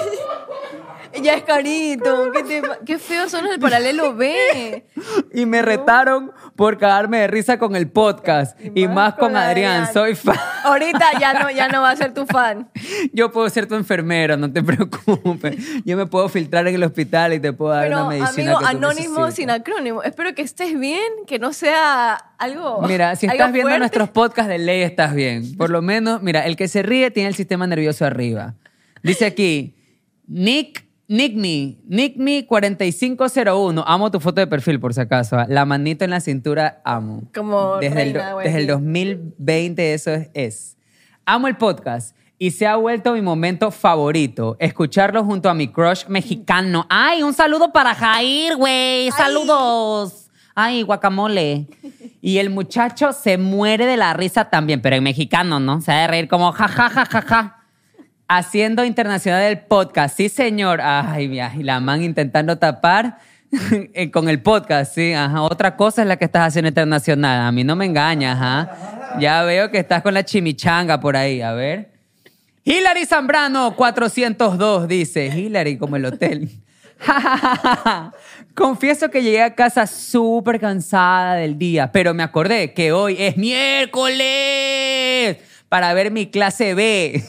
B: Ya es carito. ¿Qué, te pa- qué feo son el paralelo B.
A: Y me retaron por cagarme de risa con el podcast. Y, más, con,
B: con
A: Adrián.
B: Adrián.
A: Soy fan.
B: Ahorita ya no, ya no va a ser tu fan.
A: Yo puedo ser tu enfermera, no te preocupes. Yo me puedo filtrar en el hospital y te puedo dar
B: Pero,
A: una medicina.
B: amigo,
A: que tú
B: anónimo
A: necesites.
B: sin acrónimo. Espero que estés bien, que no sea algo.
A: Mira, si
B: algo
A: estás viendo
B: fuerte.
A: nuestros podcasts de ley, estás bien. Por lo menos, mira, el que se ríe tiene el sistema nervioso arriba. Dice aquí, Nick, Nick me, Nick me 4501. Amo tu foto de perfil, por si acaso. ¿ah? La manito en la cintura, amo.
B: Como
A: Desde, el,
B: reina,
A: do-
B: güey.
A: desde el 2020 eso es, es. Amo el podcast y se ha vuelto mi momento favorito. Escucharlo junto a mi crush mexicano. Ay, un saludo para Jair, güey. Saludos. Ay, guacamole. Y el muchacho se muere de la risa también, pero en mexicano, ¿no? Se ha de reír como ja, ja, ja, ja, ja. Haciendo internacional el podcast. Sí, señor. Ay, mira, y la man intentando tapar eh, con el podcast, sí. Ajá. Otra cosa es la que estás haciendo internacional. A mí no me engañas, ajá. Ya veo que estás con la chimichanga por ahí. A ver. Hilary Zambrano 402 dice, Hilary como el hotel. Confieso que llegué a casa súper cansada del día, pero me acordé que hoy es miércoles para ver mi clase B.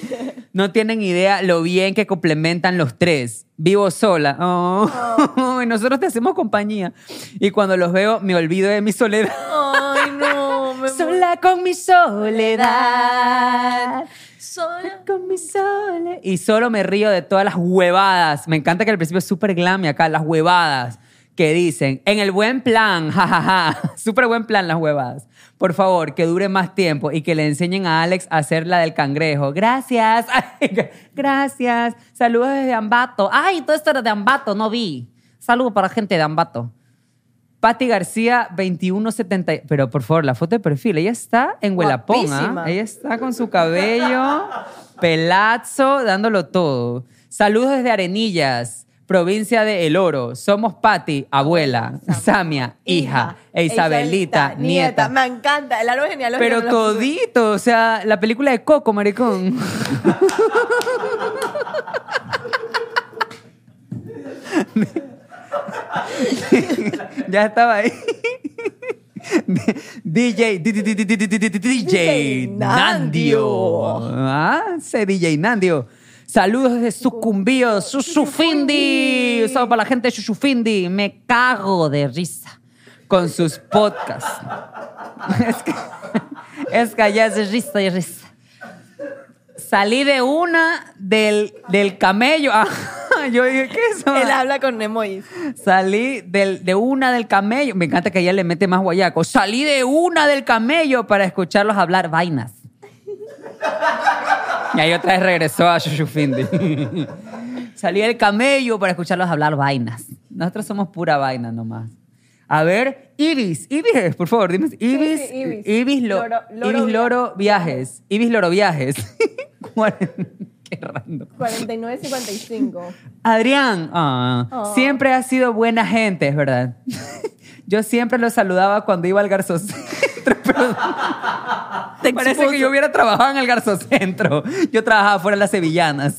A: no tienen idea lo bien que complementan los tres. Vivo sola. Oh. y nosotros te hacemos compañía. Y cuando los veo me olvido de mi soledad.
B: Ay, no. Me
A: sola con mi soledad.
B: Sola
A: con mi soledad. y solo me río de todas las huevadas. Me encanta que al principio es súper glam y acá las huevadas que dicen, en el buen plan, jajaja, súper buen plan las huevadas. Por favor, que dure más tiempo y que le enseñen a Alex a hacer la del cangrejo. Gracias, Ay, gracias. Saludos desde Ambato. Ay, todo esto era de Ambato, no vi. Saludos para gente de Ambato. Patti García, 2170. Pero por favor, la foto de perfil, ella está en Huelapón, ¿ah?
B: Guapísima.
A: Ella está con su cabello, pelazo, dándolo todo. Saludos desde Arenillas, provincia de El Oro. Somos Patti, abuela, Samia, hija, e Isabelita, nieta.
B: Me encanta. El árbol genealógico.
A: Pero
B: no lo puse.
A: todito, o sea, la película de Coco, maricón. ya estaba ahí. DJ, di- di- di- di- di- di- di- di- DJ Nandio. Ah, ese DJ Nandio. Saludos de Sucumbío, Susufindi. Saludos para la gente de Susufindi. Me cago de risa con sus podcasts. Es que allá es risa y risa. Salí de una del, del camello. Ah, yo dije, ¿qué es eso?
B: Él habla con emojis.
A: Salí del- de una del camello. Me encanta que ella le mete más guayaco. Salí de una del camello para escucharlos hablar vainas. Y ahí otra vez regresó a Shushufindi. Salí del camello para escucharlos hablar vainas. Nosotros somos pura vaina nomás. A ver, Ibis, Ibis, por favor, dime. Ibis,
B: sí, Ibis.
A: Ibis, Lo-
B: Loro- Loro
A: Ibis Loro Viajes. Ibis Loro Viajes. Qué random.
B: 49.55.
A: Adrián, ah,
B: Oh.
A: siempre ha sido buena gente, es verdad. Yo siempre lo saludaba cuando iba al garzocentro. pero- Parece que yo hubiera trabajado en el garzocentro. Yo trabajaba fuera de las sevillanas.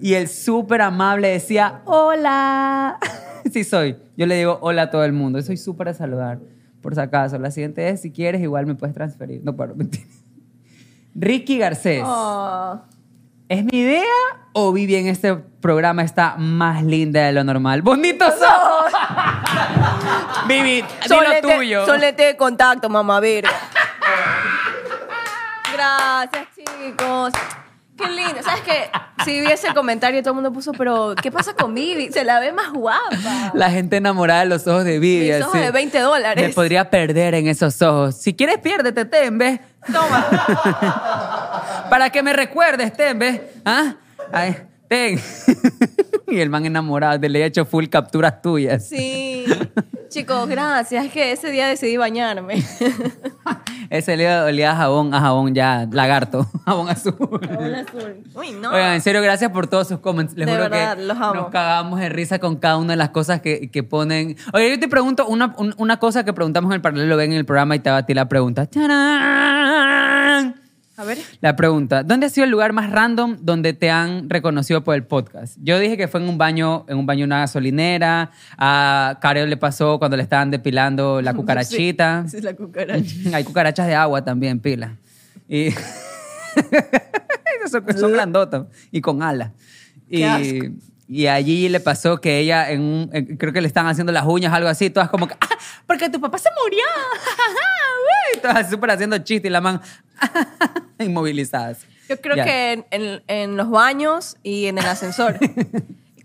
A: Y el súper amable decía, hola. Sí soy. Yo le digo hola a todo el mundo. Soy súper a saludar. Por si acaso, la siguiente es, si quieres, igual me puedes transferir. No, paro, mentira. Ricky Garcés.
B: Oh.
A: ¿Es mi idea o Vivi en este programa está más linda de lo normal? ¡Bonitos ojos! Vivi, di
B: Solete-
A: lo tuyo.
B: Solete de contacto, mamá verga. Gracias, chicos. Qué lindo. ¿Sabes qué? Si vi ese comentario, todo el mundo puso, pero ¿qué pasa con Vivi? Se la ve más guapa.
A: La gente enamorada de los ojos de Vivi.
B: Mis ojos
A: así.
B: de 20
A: Me
B: dólares.
A: podría perder en esos ojos. Si quieres, piérdete, Tembe. Toma. Para que me recuerdes, Tembe. ¿Ah? Ay, ten. y el man enamorado, te le he hecho full capturas tuyas.
B: Sí. Chicos, gracias. Es que ese día decidí bañarme.
A: Ese le olía a jabón, a jabón ya, lagarto, jabón azul.
B: Uy, no.
A: Oigan, en serio, gracias por todos sus comments. Les
B: De
A: juro
B: verdad,
A: que
B: los amo.
A: nos cagamos de risa con cada una de las cosas que, que ponen. Oye, yo te pregunto una, un- una cosa que preguntamos en el paralelo, ven en el programa y te va a ti la pregunta. ¡Tarán!
B: A ver.
A: La pregunta, ¿dónde ha sido el lugar más random donde te han reconocido por el podcast? Yo dije que fue en un baño, en un baño de una gasolinera, a Careo le pasó cuando le estaban depilando la cucarachita.
B: Sí, sí, la cucaracha.
A: Hay cucarachas de agua también, pila. Y Esas son, son grandotas y con alas.
B: Qué
A: y
B: asco.
A: Y allí le pasó que ella, en un- en- creo que le están haciendo las uñas, algo así, todas como que, "Ah, porque tu papá se murió. Uy, todas súper haciendo chistes y la man inmovilizadas.
B: Yo creo
A: Ya.
B: que en, en- en los baños y en el ascensor.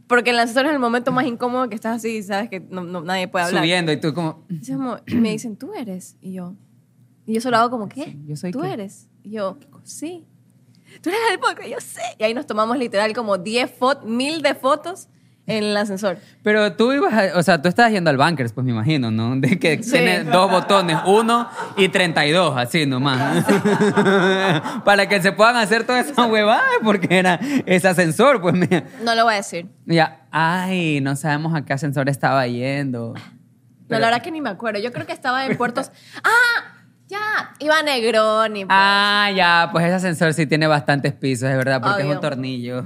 B: Porque en el ascensor es el momento más incómodo que estás así, sabes que no- no- nadie puede hablar.
A: Subiendo y tú como,
B: Entonces, como- Y me dicen, ¿tú eres? Y yo. Y yo solo hago como, ¿qué?
A: yo soy
B: ¿Tú
A: qué?
B: eres? Y yo, sí. ¿Tú eres el podcast? Yo sí. Y ahí nos tomamos literal como 10 fotos, mil de fotos en el ascensor.
A: Pero tú ibas, a- o sea, tú estabas yendo al Bankers, pues me imagino, ¿no? De que
B: Sí.
A: tiene dos botones, uno y 32, así nomás. Para que se puedan hacer todas esas huevadas, porque era ese ascensor, pues mira.
B: No lo voy a decir.
A: Ya, ay, no sabemos a qué ascensor estaba yendo.
B: No, la verdad que ni me acuerdo. Yo creo que estaba en puertos. ¡Ah! Ya, iba Negroni. pues.
A: Ah, ya, pues ese ascensor sí tiene bastantes pisos, es verdad, porque es
B: Obvio.
A: un tornillo.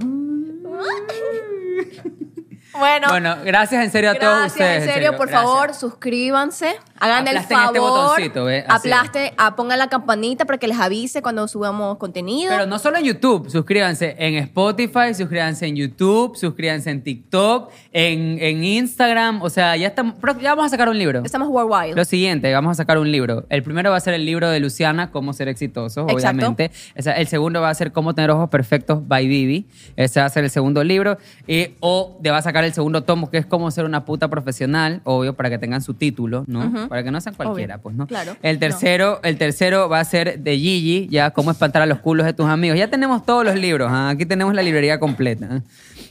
B: Bueno,
A: Bueno, gracias en serio a todos
B: gracias,
A: ustedes.
B: en serio, por
A: gracias.
B: favor, suscríbanse, hagan el
A: Aplasten este
B: favor,
A: botoncito, ¿ve? Así.
B: aplaste, ah, pongan la campanita para que les avise cuando subamos contenido.
A: Pero no solo en YouTube, suscríbanse en Spotify, suscríbanse en YouTube, suscríbanse en TikTok, en, en Instagram. O sea, ya estamos. pro- Ya vamos a sacar un libro.
B: Estamos worldwide.
A: Lo siguiente, vamos a sacar un libro. El primero va a ser el libro de Luciana, Cómo ser exitosos,
B: Exacto.
A: obviamente. O sea, el segundo va a ser Cómo tener ojos perfectos by Vivi. Ese va a ser el segundo libro. Y, o te va a sacar el segundo tomo, que es Cómo ser una puta profesional, obvio, para que tengan su título, ¿no?
B: Ujú.
A: Para que no sean cualquiera, pues, ¿no?
B: Claro.
A: El tercero, el tercero va a ser de Gigi, ya cómo espantar a los culos de tus amigos. Ya tenemos todos los libros, ¿ah? aquí tenemos la librería completa. ¿ah?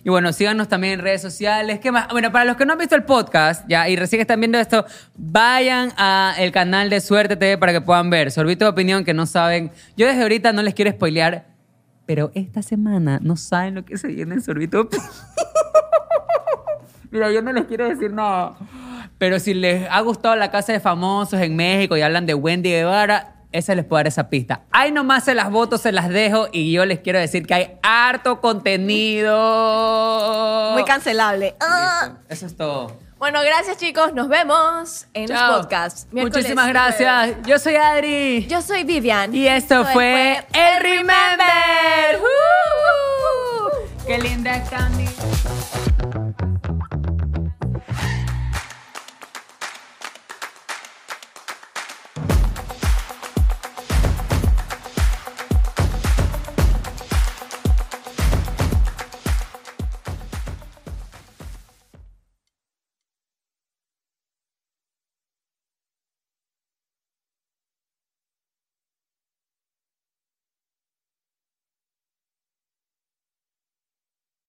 A: Y bueno, síganos también en redes sociales. ¿Qué más? Bueno, para los que no han visto el podcast, ya, y recién están viendo esto, vayan a el canal de Suerte TV para que puedan ver. Sorbito de opinión que no saben. Yo desde ahorita no les quiero spoilear, pero esta semana no saben lo que se viene en Sorbito de opinión. Mira, yo no les quiero decir nada. Pero si les ha gustado la casa de famosos en México y hablan de Wendy Guevara, esa les puedo dar esa pista. Ahí nomás se las voto, se las dejo y yo les quiero decir que hay harto contenido.
B: Muy cancelable. Ah.
A: Eso es todo.
B: Bueno, gracias chicos, nos vemos en
A: Chao.
B: los podcasts.
A: Muchísimas gracias. Yo soy Adri.
B: Yo soy Vivian.
A: Y esto fue El Remember.